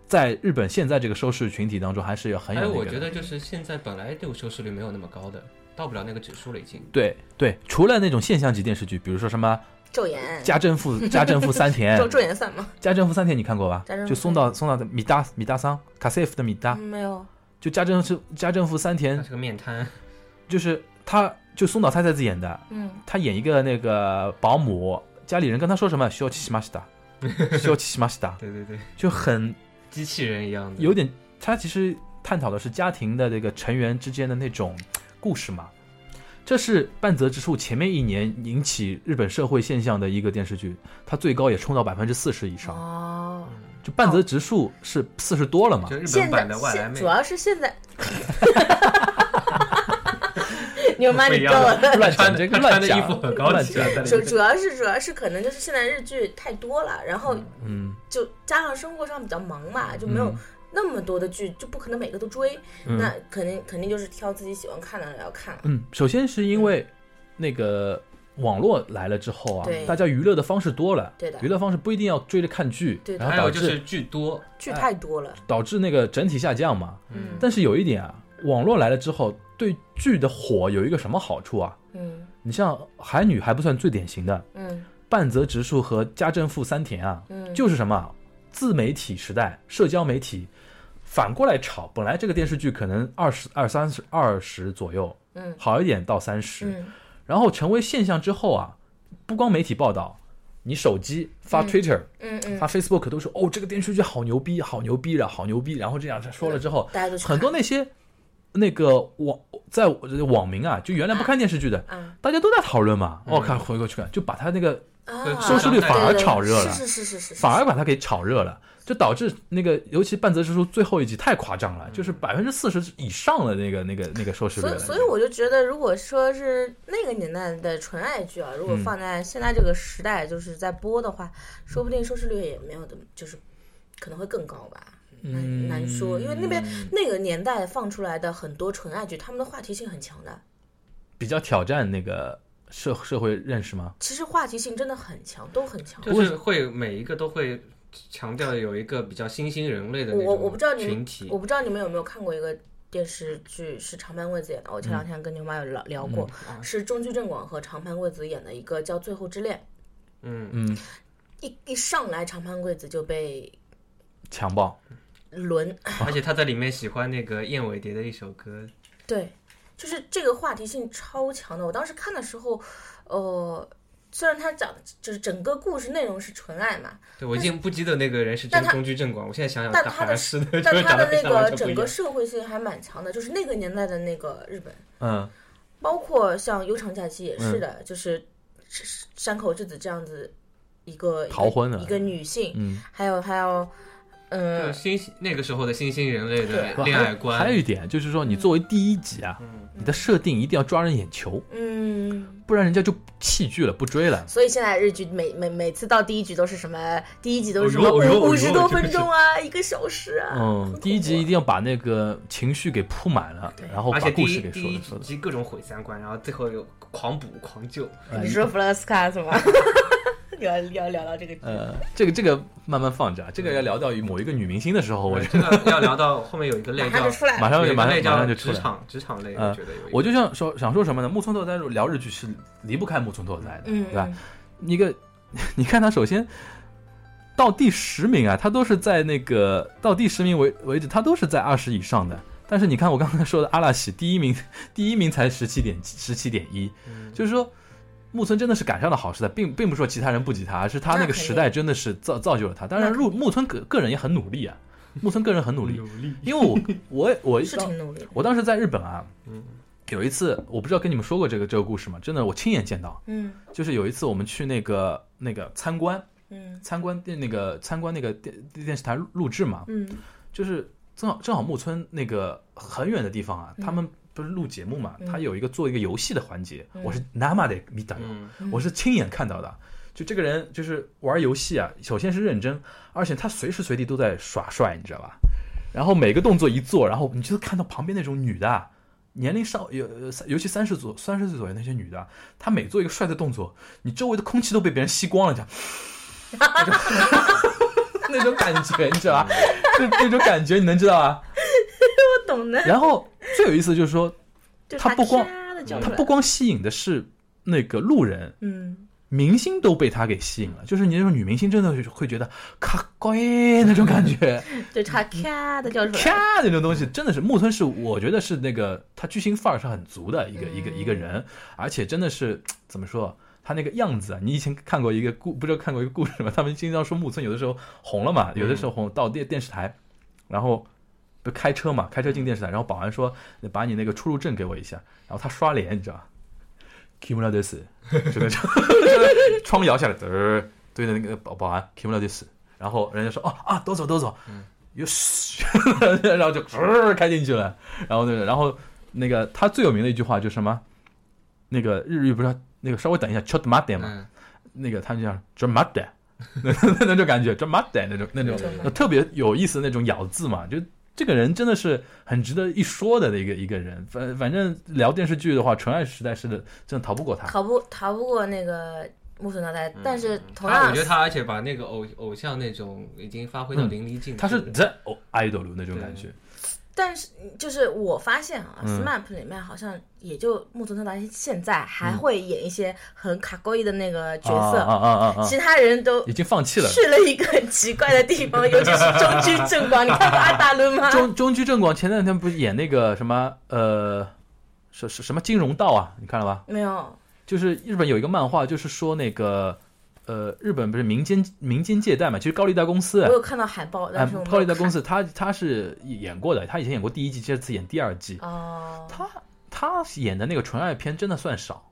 [SPEAKER 3] 在日本现在这个收视群体当中还是有很有
[SPEAKER 4] 还
[SPEAKER 3] 那
[SPEAKER 4] 有
[SPEAKER 3] 个的。
[SPEAKER 4] 哎我觉得就是现在本来就收视率没有那么高的，到不了那个指数了已经。
[SPEAKER 3] 对对，除了那种现象级电视剧，比如说什么
[SPEAKER 2] 昼颜
[SPEAKER 3] 《家政妇》《家政妇三
[SPEAKER 2] *laughs*
[SPEAKER 3] 田》
[SPEAKER 2] 昼
[SPEAKER 3] 《
[SPEAKER 2] 昼颜散吗？
[SPEAKER 3] 家政妇三田》，你看过吧
[SPEAKER 2] 家政？妇
[SPEAKER 3] 就松岛松岛的米大米大桑卡塞夫的米大，
[SPEAKER 2] 嗯没有，
[SPEAKER 3] 就《家政妇家政妇三田
[SPEAKER 4] 他》，是个面瘫， *laughs*
[SPEAKER 3] 就是他就松岛菜菜子演的，
[SPEAKER 2] 嗯，
[SPEAKER 3] 他演一个那个保姆，家里人跟他说什么“小气西马西
[SPEAKER 2] *laughs*
[SPEAKER 3] 达”，小气西马西达，
[SPEAKER 4] 对对对，
[SPEAKER 3] 就很
[SPEAKER 4] 机器人一样的。
[SPEAKER 3] 有点，他其实探讨的是家庭的这个成员之间的那种故事嘛。这是半泽直树前面一年引起日本社会现象的一个电视剧，它最高也冲到百分之四十以上。
[SPEAKER 2] 哦，
[SPEAKER 3] 就半泽直树是四十多了嘛
[SPEAKER 4] 就？日
[SPEAKER 2] 现
[SPEAKER 4] 本
[SPEAKER 2] 在
[SPEAKER 4] 版的外来
[SPEAKER 2] 现
[SPEAKER 4] 妹
[SPEAKER 2] 主，要是
[SPEAKER 3] *laughs*
[SPEAKER 2] 现在，牛妈你够了。
[SPEAKER 3] 乱
[SPEAKER 4] 穿
[SPEAKER 3] 讲
[SPEAKER 4] 的
[SPEAKER 3] 这个
[SPEAKER 4] 穿
[SPEAKER 3] 乱
[SPEAKER 4] 的衣
[SPEAKER 3] 讲
[SPEAKER 4] 服很高
[SPEAKER 3] 乱
[SPEAKER 4] 级
[SPEAKER 3] 讲，
[SPEAKER 4] 但
[SPEAKER 2] 主
[SPEAKER 4] 是
[SPEAKER 2] 主要是主要是可能就是现在日剧太多了，然后
[SPEAKER 3] 嗯
[SPEAKER 2] 就加上生活上比较忙嘛，就没有
[SPEAKER 3] 嗯
[SPEAKER 2] 那么多的剧，就不可能每个都追。那
[SPEAKER 3] 嗯
[SPEAKER 2] 肯定肯定就是挑自己喜欢看的要看了。
[SPEAKER 3] 嗯。首先是因为那个网络来了之后啊
[SPEAKER 2] 对，
[SPEAKER 3] 大家娱乐的方式多了，
[SPEAKER 2] 对的
[SPEAKER 3] 娱乐方式不一定要追着看剧，
[SPEAKER 2] 对的
[SPEAKER 3] 然后
[SPEAKER 4] 还有
[SPEAKER 3] 导
[SPEAKER 4] 就
[SPEAKER 3] 致
[SPEAKER 4] 是剧多，
[SPEAKER 2] 剧
[SPEAKER 3] 哎
[SPEAKER 2] 太多了，
[SPEAKER 3] 导致那个整体下降嘛。
[SPEAKER 2] 嗯
[SPEAKER 3] 但是有一点啊，网络来了之后，对剧的火有一个什么好处啊？
[SPEAKER 2] 嗯
[SPEAKER 3] 你像海女还不算最典型的，
[SPEAKER 2] 嗯
[SPEAKER 3] 半泽直树和家政妇三田啊，
[SPEAKER 2] 嗯，
[SPEAKER 3] 就是什么啊自媒体时代，社交媒体反过来炒。本来这个电视剧可能二十二三十二十左右，
[SPEAKER 2] 嗯
[SPEAKER 3] 好一点到三十、
[SPEAKER 2] 嗯
[SPEAKER 3] 然后成为现象之后啊，不光媒体报道，你手机发
[SPEAKER 2] 嗯
[SPEAKER 3] Twitter、
[SPEAKER 2] 嗯嗯，
[SPEAKER 3] 发 Facebook 都说哦，这个电视剧好牛逼，好牛逼了，好牛逼。然后这样说了之后，
[SPEAKER 2] 大家都去
[SPEAKER 3] 很多那些那个网在网民啊，就原来不看电视剧的，
[SPEAKER 2] 啊嗯
[SPEAKER 3] 大家都在讨论嘛。我、靠，回过去看，就把他那个
[SPEAKER 2] 啊，
[SPEAKER 4] 收视率反而
[SPEAKER 2] 对对
[SPEAKER 3] 炒热了
[SPEAKER 2] 是是是是是，
[SPEAKER 3] 反而把他给炒热了，就导致那个尤其半泽直树最后一集太夸张了，
[SPEAKER 2] 嗯
[SPEAKER 3] 就是百分之四十以上的那个那个那个收视率
[SPEAKER 2] 所以，
[SPEAKER 3] 了。
[SPEAKER 2] 所以我就觉得，如果说是那个年代的纯爱剧啊，如
[SPEAKER 3] 嗯
[SPEAKER 2] 果放在现在这个时代，就是在播的话，说不定收视率也没有的，就是可能会更高吧。难难说，因为
[SPEAKER 3] 嗯
[SPEAKER 2] 那边那个年代放出来的很多纯爱剧，他们的话题性很强的，
[SPEAKER 3] 比较挑战那个社社会认识吗？
[SPEAKER 2] 其实话题性真的很强，都很强。
[SPEAKER 4] 就是会每一个都会强调有一个比较新兴人类的那
[SPEAKER 2] 我我不知道
[SPEAKER 4] 种
[SPEAKER 2] 你
[SPEAKER 4] 群
[SPEAKER 2] 们，
[SPEAKER 4] 体
[SPEAKER 2] 我。不知道你们有没有看过一个电视剧，是长盘贵子演的。我前
[SPEAKER 3] 嗯
[SPEAKER 2] 两天跟牛妈有聊聊过，是中居正广和长盘贵子演的一个叫《最后之恋》。
[SPEAKER 4] 嗯，
[SPEAKER 3] 嗯，
[SPEAKER 2] 一一上来，长盘贵子就被
[SPEAKER 3] 强暴。
[SPEAKER 2] 轮，
[SPEAKER 4] *laughs* 而且他在里面喜欢那个燕尾蝶的一首歌，
[SPEAKER 2] 对，就是这个话题性超强的。我当时看的时候，呃，虽然他讲就是整个故事内容是纯爱嘛，
[SPEAKER 4] 对我已经不记得那
[SPEAKER 2] *laughs*
[SPEAKER 4] 个人是
[SPEAKER 2] 但
[SPEAKER 4] 真
[SPEAKER 2] 他
[SPEAKER 4] 工具正广，我现在想想，
[SPEAKER 2] 但
[SPEAKER 4] 他
[SPEAKER 2] 他
[SPEAKER 4] 好
[SPEAKER 2] 的
[SPEAKER 4] 像是 *laughs* 的，就
[SPEAKER 2] 但
[SPEAKER 4] 是
[SPEAKER 2] 他
[SPEAKER 4] 长
[SPEAKER 2] 的
[SPEAKER 4] 得
[SPEAKER 2] 那
[SPEAKER 4] 非常完
[SPEAKER 2] 个
[SPEAKER 4] 全不
[SPEAKER 2] 整
[SPEAKER 4] 一
[SPEAKER 2] 个
[SPEAKER 4] 样。
[SPEAKER 2] 社会性还蛮强的，就是那个年代的那个日本，
[SPEAKER 3] 嗯
[SPEAKER 2] 包括像《悠长假期》也是
[SPEAKER 4] 嗯
[SPEAKER 2] 的，就是是山口智子这样子一个一个
[SPEAKER 3] 逃婚的
[SPEAKER 2] 一个女性，
[SPEAKER 3] 嗯，
[SPEAKER 2] 还有还有，嗯、
[SPEAKER 4] 就是新那个时候的新兴人类的
[SPEAKER 3] 不
[SPEAKER 4] 恋爱观，嗯
[SPEAKER 3] 还有还有一点就是说，你作为第一集啊，你的设定一定要抓人眼球，
[SPEAKER 2] 嗯。
[SPEAKER 3] 不然人家就弃剧了，不追了。
[SPEAKER 2] 所以现在日剧每每每次到第一集都是什么？第一集都是什么
[SPEAKER 4] 哦哟哦哟
[SPEAKER 2] 五五十
[SPEAKER 4] 哦哟
[SPEAKER 2] 多
[SPEAKER 4] 这个
[SPEAKER 2] 分钟啊，一个小时啊。
[SPEAKER 3] 嗯
[SPEAKER 2] 很，
[SPEAKER 3] 第一
[SPEAKER 2] 恐怖
[SPEAKER 3] 集一
[SPEAKER 2] 啊
[SPEAKER 3] 定要把那个情绪给铺满了，然后把
[SPEAKER 4] 而且第
[SPEAKER 3] 故事
[SPEAKER 4] 一
[SPEAKER 3] 给
[SPEAKER 4] 第
[SPEAKER 3] 说
[SPEAKER 4] 一
[SPEAKER 3] 了说的。
[SPEAKER 4] 集各种毁三观，然后最后又狂补狂救，
[SPEAKER 3] 啊
[SPEAKER 2] 你说弗拉斯卡是吗？ *laughs* 要要聊到这个剧，
[SPEAKER 3] 呃，这个这个慢慢放着啊，这个要聊到某一个女明星的时哦候，我
[SPEAKER 4] 这个要聊到后面有一个
[SPEAKER 2] *laughs*
[SPEAKER 4] 类
[SPEAKER 2] 马上
[SPEAKER 4] 叫
[SPEAKER 2] 就出来
[SPEAKER 3] 马
[SPEAKER 2] 了。
[SPEAKER 3] 上
[SPEAKER 4] 有
[SPEAKER 3] 就
[SPEAKER 4] 一
[SPEAKER 3] 马
[SPEAKER 4] 个
[SPEAKER 3] 上
[SPEAKER 4] 类
[SPEAKER 3] 马上
[SPEAKER 4] 嗯叫
[SPEAKER 3] 就出
[SPEAKER 4] 职
[SPEAKER 3] 来。
[SPEAKER 4] 场职场类，
[SPEAKER 3] 呃
[SPEAKER 4] 我觉得有一
[SPEAKER 3] 我就想说想说什么呢？木村拓哉聊日剧是离不开木村拓哉的，
[SPEAKER 2] 嗯，
[SPEAKER 3] 对吧
[SPEAKER 2] 嗯？
[SPEAKER 3] 一个，你看他首先到第十名啊，他都是在那个到第十名为为止，他都是在二十以上的。但是你看我刚才说的阿拉西，第一名第一名才十七点十七点一，
[SPEAKER 4] 嗯
[SPEAKER 3] 就是说。木村真的是赶上了好时代，并并不是说其他人不及他，而是他那
[SPEAKER 2] 那
[SPEAKER 3] 个
[SPEAKER 2] 肯
[SPEAKER 3] 时
[SPEAKER 2] 定
[SPEAKER 3] 代真的是造造就了他。当然，入木村个个人也很努
[SPEAKER 2] *laughs*
[SPEAKER 3] 力啊，木村个人很努力，
[SPEAKER 4] 力，
[SPEAKER 3] 因为我我我
[SPEAKER 2] 嗯是
[SPEAKER 3] 当
[SPEAKER 2] 挺努力的。
[SPEAKER 3] 我当时在日本啊，
[SPEAKER 4] 嗯
[SPEAKER 3] 有一次我不知道跟你们说过这个这个故事吗？真的，我亲眼见到，
[SPEAKER 2] 嗯
[SPEAKER 3] 就是有一次我们去那个那个参观
[SPEAKER 2] 嗯
[SPEAKER 3] 参观电那个参观那个电电视台录制嘛，
[SPEAKER 2] 嗯
[SPEAKER 3] 就是正好正好木村那个很远的地方
[SPEAKER 2] 嗯
[SPEAKER 3] 啊，他们不是录节目嘛，他有一个做一个游戏的环节，
[SPEAKER 2] 嗯
[SPEAKER 3] 我是 nama 的 m i t
[SPEAKER 4] 嗯，
[SPEAKER 3] 我是亲眼看到的。就这个人就是玩游戏啊，首先是认真，而且他随时随地都在耍帅，你知道吧？然后每个动作一做，然后你就看到旁边那种女的啊，年龄上有，呃尤其三十左三十岁左右那些女的，啊她每做一个帅的动作，你周围的空气都被别人吸光了，你知道。 *laughs* 那种感觉，你知道吧？就那种感觉，你能知道吧？
[SPEAKER 2] 不懂的，
[SPEAKER 3] 然后最有意思就是说，
[SPEAKER 2] 就
[SPEAKER 3] 他不光嗯
[SPEAKER 2] 啪的叫
[SPEAKER 3] 他
[SPEAKER 2] 出来
[SPEAKER 3] 不，光吸引的是那个路人，
[SPEAKER 2] 嗯，
[SPEAKER 3] 明星都被他给吸引了。就是你那种女明星，真的会觉得卡乖那种感觉，
[SPEAKER 2] 对他咔的叫出
[SPEAKER 3] 嗯
[SPEAKER 2] 来，
[SPEAKER 3] 啪那种东西，真的是木村是我觉得是那个他巨星范儿是很足的一个一个一个人，而且真的是怎么说？他那个样子啊，你以前看过一个故，不知道看过一个故事吗？他们经常说木村有的时候红了嘛，有的时候红到电电视台，然后不开车嘛，开车进电视台，然后保安说你把你那个出入证给我一下，然后他刷脸，你知道吧？Kimura des，就那种 *laughs* 窗摇下来，嘚儿对着那个啊保保安 Kimura des，然后人家说哦啊，都走都走，哟， *laughs* 然后就、呃、开进去了，然后那个然后那个他最有名的一句话就是什么？那个日语不是那个稍微等一下 c h o t m a d e 嘛，
[SPEAKER 4] 嗯，
[SPEAKER 3] 那个他们叫 c h o t m a d e 那 *laughs* 那那种感觉 c h o t m a d e 那种那种
[SPEAKER 2] 对
[SPEAKER 3] 那特别有意思的那种咬字嘛，就这个人真的是很值得一说的一个一个人。反反正聊电视剧的话，《纯爱时代》是的，真的逃不过他。
[SPEAKER 2] 逃不逃不过那个木村拓哉，但是
[SPEAKER 3] 嗯
[SPEAKER 2] 同
[SPEAKER 3] 啊
[SPEAKER 4] 他我
[SPEAKER 2] 样
[SPEAKER 4] 觉得他而且把那个偶偶像那种已经发挥到淋漓尽致了，
[SPEAKER 3] 嗯他是在哦 idol 那种感觉，
[SPEAKER 2] 但是嗯就是我发现啊、
[SPEAKER 3] 嗯
[SPEAKER 2] s m a p 里面好像也就木村拓哉现在还会演一些很卡过伊的那个角色，
[SPEAKER 3] 啊啊啊啊啊
[SPEAKER 2] 其，他人都
[SPEAKER 3] 已经放弃了。
[SPEAKER 2] 去了一个很奇怪的地方，尤其是中居正广，你看过阿达伦吗？
[SPEAKER 3] 中中居正广前两天不是演那个什么呃，什什什么金融道啊？你看了吧？
[SPEAKER 2] 没有，
[SPEAKER 3] 就是日本有一个漫画，就是说那个呃，日本不是民间民间借贷嘛，其实高利贷公司
[SPEAKER 2] 我。有看到海报，但
[SPEAKER 3] 哎
[SPEAKER 2] 是我，没有
[SPEAKER 3] 高利贷公
[SPEAKER 2] 看
[SPEAKER 3] 司，他他是演过的，他以前演过第一季，这次演第二季。
[SPEAKER 2] 哦，
[SPEAKER 3] 他他演的那个纯爱片真的算少，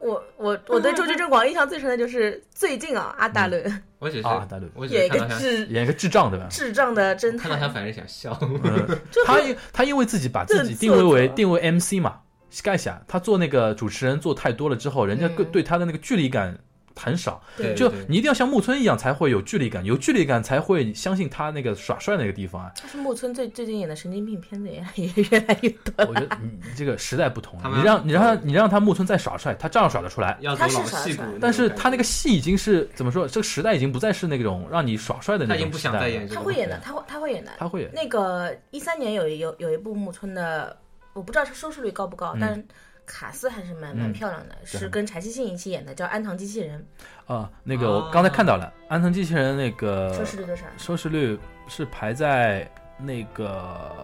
[SPEAKER 2] 我我我对中居正广印象最深的就是最近啊，阿达伦
[SPEAKER 4] 我只是
[SPEAKER 3] 啊大陆
[SPEAKER 2] *laughs*
[SPEAKER 4] 我只
[SPEAKER 2] 演
[SPEAKER 4] 是
[SPEAKER 2] 一
[SPEAKER 4] 看
[SPEAKER 2] 个
[SPEAKER 4] 到他
[SPEAKER 2] 智
[SPEAKER 3] 演一个智障
[SPEAKER 2] *laughs*
[SPEAKER 3] 对吧？
[SPEAKER 2] 智障的侦
[SPEAKER 4] 看到
[SPEAKER 2] 探
[SPEAKER 4] 他，反而想笑，
[SPEAKER 3] 嗯，他因他因为自己把自己定位为
[SPEAKER 2] 认错者
[SPEAKER 3] 定位 MC 嘛，Sky 侠，他做那个主持人做太多了之后，人家
[SPEAKER 2] 嗯
[SPEAKER 3] 对他的那个距离感很少，
[SPEAKER 4] 对
[SPEAKER 3] 就
[SPEAKER 4] 对
[SPEAKER 3] 你一定要像木村一样才会有距离感，有距离感才会相信他那个耍帅那个地方啊。
[SPEAKER 2] 但是木村最最近演的神经病片子也也越来越多了
[SPEAKER 3] 我觉得你你这个时代不同
[SPEAKER 4] 他
[SPEAKER 3] 了，
[SPEAKER 4] 们
[SPEAKER 3] 你让你让他你让他木村再耍帅，他照样耍得出来。
[SPEAKER 4] *laughs* 要走
[SPEAKER 2] 他是
[SPEAKER 4] 老
[SPEAKER 2] 啥
[SPEAKER 4] 戏
[SPEAKER 2] 啥
[SPEAKER 4] 骨，
[SPEAKER 3] 但是他那个戏已经是怎么说？这个时代已经不再是那种让你耍帅的
[SPEAKER 4] 他
[SPEAKER 3] 那
[SPEAKER 4] 已经
[SPEAKER 3] 种
[SPEAKER 4] 不
[SPEAKER 3] 时
[SPEAKER 4] 想
[SPEAKER 3] 代
[SPEAKER 4] 再
[SPEAKER 3] 了
[SPEAKER 4] 演。这
[SPEAKER 2] 他
[SPEAKER 4] 个
[SPEAKER 2] 会演的，他会他会演的。
[SPEAKER 3] 他会
[SPEAKER 2] 那个一三年有一有有一部木村的，我不知道是收视率高不高，
[SPEAKER 3] 嗯
[SPEAKER 2] 但是卡斯还是蛮
[SPEAKER 3] 嗯
[SPEAKER 2] 蛮漂亮的，是跟柴崎幸一起演的，叫《安堂机器人
[SPEAKER 3] 啊，那个我刚才看到了安藤机器人那》，个
[SPEAKER 2] 收视率多少？啊
[SPEAKER 3] 收视率是排在那个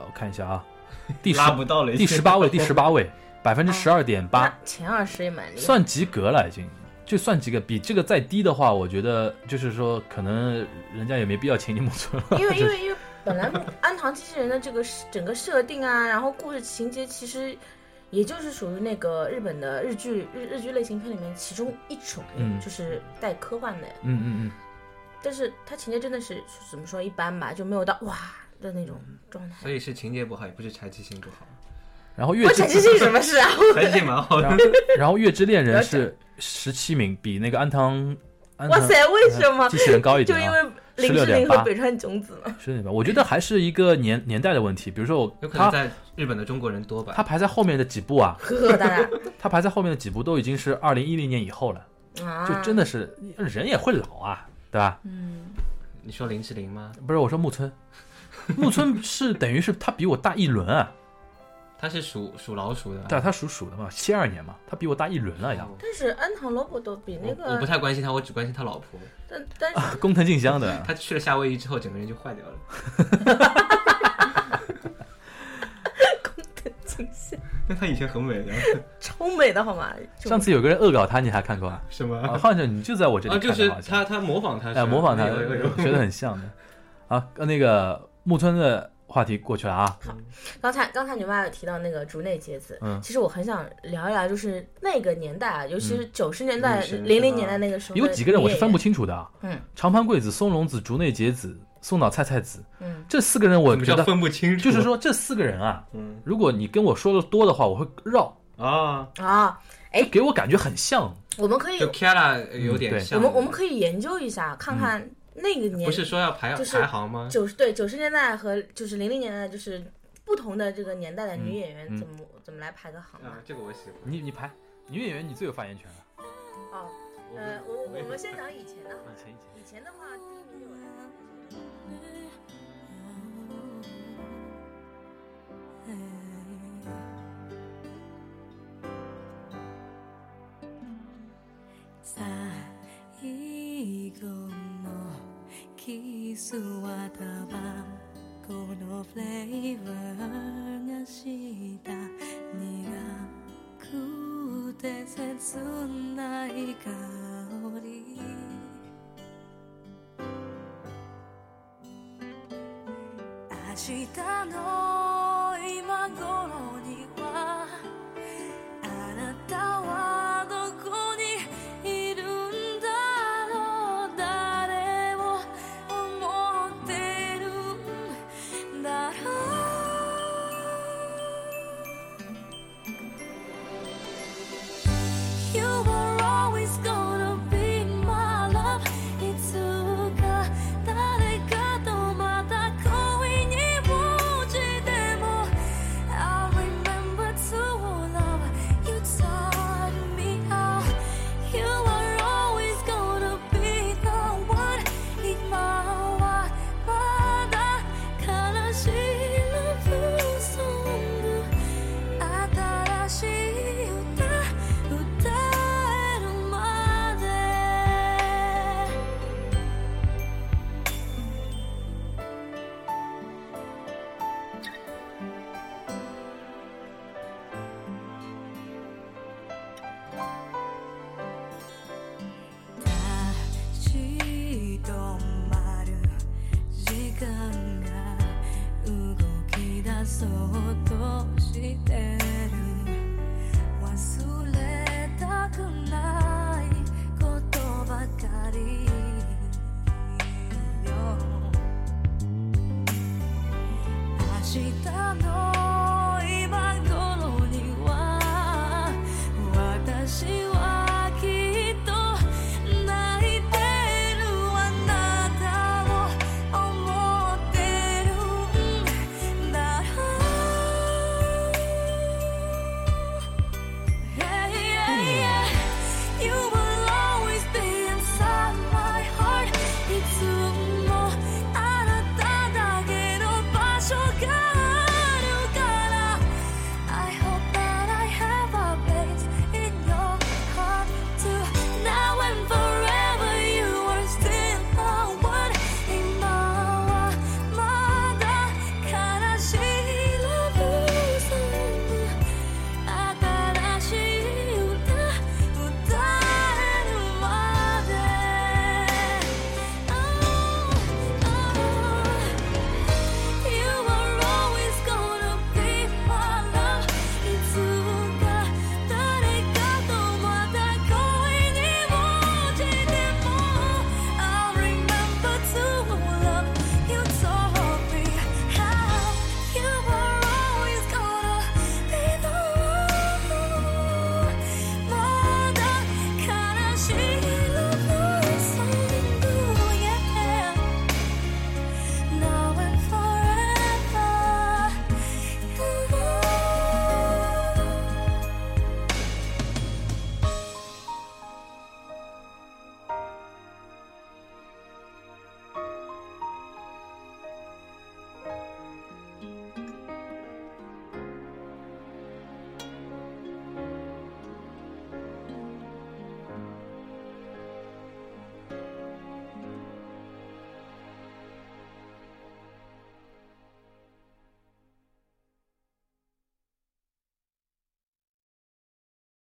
[SPEAKER 3] 我看一下啊，第十
[SPEAKER 4] 拉不到了，
[SPEAKER 3] 第十八位，第十八位，百分之十二点八
[SPEAKER 2] 那，前二十也蛮厉害。
[SPEAKER 3] 算及格了已经，就算及格。比这个再低的话，我觉得就是说，可能人家也没必要请你 *laughs* 木村了。
[SPEAKER 2] 因
[SPEAKER 3] 就
[SPEAKER 2] 为因
[SPEAKER 3] 是
[SPEAKER 2] 为因为本来安堂机器人的这个是整个设定啊，然后故事情节其实也就是属于那个日本的日剧日日剧类型片里面其中一种，
[SPEAKER 3] 嗯
[SPEAKER 2] 就是带科幻的，
[SPEAKER 3] 嗯嗯嗯，
[SPEAKER 2] 但是它情节真的是怎么说一般吧，就没有到哇的那种状态。
[SPEAKER 4] *laughs* 所以是情节不好，也不是柴崎幸
[SPEAKER 2] *laughs*
[SPEAKER 4] 不好，
[SPEAKER 3] 然后月
[SPEAKER 2] 我
[SPEAKER 3] 之
[SPEAKER 2] 柴崎幸什么事啊？
[SPEAKER 4] 柴崎幸蛮好的，
[SPEAKER 3] *laughs* 然后月之恋人
[SPEAKER 2] 不要
[SPEAKER 3] 是十七名，比那个安堂安
[SPEAKER 2] 哇
[SPEAKER 3] 堂
[SPEAKER 2] 塞，为什么？
[SPEAKER 3] 机器人高一
[SPEAKER 2] 就
[SPEAKER 3] 点
[SPEAKER 2] 因
[SPEAKER 3] 啊。
[SPEAKER 2] 为林志玲
[SPEAKER 3] 16.8
[SPEAKER 2] 和北川炯子嘛。
[SPEAKER 3] 是那边，我觉得还是一个年年代的问题。比如说我
[SPEAKER 4] 有，可能
[SPEAKER 3] 他
[SPEAKER 4] 在日本的中国人多吧
[SPEAKER 3] 他。排在后面的几部啊，
[SPEAKER 2] 呵呵哒哒，
[SPEAKER 3] 他排在后面的几部都已经是二零一零年以后了。
[SPEAKER 2] *laughs* 啊，
[SPEAKER 3] 就真的是人也会老啊，对吧？
[SPEAKER 2] 嗯，
[SPEAKER 4] 你说林志玲吗？
[SPEAKER 3] 不是我说木
[SPEAKER 2] *laughs*
[SPEAKER 3] 村，木村是等于是他比我大一轮啊，
[SPEAKER 4] 他是属属老鼠的啊，
[SPEAKER 3] 对啊，他属鼠的嘛，七二年嘛，他比我大一轮啊了
[SPEAKER 2] *laughs*
[SPEAKER 3] 要。
[SPEAKER 2] 但是安堂萝卜都比那
[SPEAKER 4] 我不
[SPEAKER 2] 个，
[SPEAKER 4] 太关心他，我只关心他老婆。
[SPEAKER 2] 但但是
[SPEAKER 3] 工藤静香的，
[SPEAKER 4] 他去了夏威夷之后，整个人就坏掉
[SPEAKER 2] *laughs*
[SPEAKER 4] 了。 *laughs*
[SPEAKER 2] 景象
[SPEAKER 4] 但他以前很美的，
[SPEAKER 2] 超美的好吗？
[SPEAKER 3] 上次有个人恶搞他，你还看过
[SPEAKER 2] *laughs*
[SPEAKER 3] 啊？
[SPEAKER 4] 是吗？
[SPEAKER 3] 啊，好像你就在我这
[SPEAKER 4] 啊，
[SPEAKER 3] 里
[SPEAKER 4] 就
[SPEAKER 3] 看
[SPEAKER 4] 是
[SPEAKER 3] 的，好像。
[SPEAKER 4] 他，他模仿他是吧，
[SPEAKER 3] 哎，模仿他，
[SPEAKER 4] 有有有
[SPEAKER 3] 学的很像的。啊，那个木村的话题过去了啊，
[SPEAKER 2] 刚才刚才你妈有提到那个竹内结子，
[SPEAKER 3] 嗯
[SPEAKER 2] 其实我很想聊一聊，就是那个年代啊，尤其是
[SPEAKER 3] 嗯
[SPEAKER 2] 九十年代、
[SPEAKER 4] 女神
[SPEAKER 2] 零
[SPEAKER 4] 是
[SPEAKER 2] 零
[SPEAKER 4] 吧
[SPEAKER 2] 年代那个时候，
[SPEAKER 3] 有几个人我是分不，清楚的啊。
[SPEAKER 2] 嗯
[SPEAKER 3] 长盘贵子、松隆子、竹内结子、松岛菜菜子
[SPEAKER 2] 嗯，
[SPEAKER 3] 这四个人，我
[SPEAKER 4] 怎么
[SPEAKER 3] 觉
[SPEAKER 4] 叫
[SPEAKER 3] 得
[SPEAKER 4] 分不清楚？
[SPEAKER 3] 就是，说这四个人啊，
[SPEAKER 4] 嗯
[SPEAKER 3] 如果你跟我说的多的话，我会绕，
[SPEAKER 4] 啊，
[SPEAKER 2] 啊，
[SPEAKER 3] 给我感觉很像。
[SPEAKER 2] 我们可以
[SPEAKER 4] 就 Kara 有
[SPEAKER 3] 嗯
[SPEAKER 4] 点
[SPEAKER 3] 对
[SPEAKER 2] 我
[SPEAKER 4] 像。
[SPEAKER 2] 们我们可以研究一下，看看
[SPEAKER 3] 嗯
[SPEAKER 2] 那个年
[SPEAKER 4] 不是说要排
[SPEAKER 2] 就是
[SPEAKER 4] 排行吗？
[SPEAKER 2] 九十对九十年代和就是零零年代，就是不同的这个年代的女演员
[SPEAKER 3] 嗯
[SPEAKER 2] 怎么、怎么来排个行
[SPEAKER 4] 啊
[SPEAKER 2] 嘛？，
[SPEAKER 4] 这个我喜欢。
[SPEAKER 3] 你你排女演员，你最有发言权了。
[SPEAKER 2] 哦，
[SPEAKER 4] 我
[SPEAKER 2] 呃，我
[SPEAKER 4] 也
[SPEAKER 2] 我们先讲以前的哈，
[SPEAKER 3] 以前以前。
[SPEAKER 2] 以前的话，第一名对我来说还是。
[SPEAKER 5] 最後のキスはタバコのフレーバーがした苦くて切ない香り明日の Oh, Oh,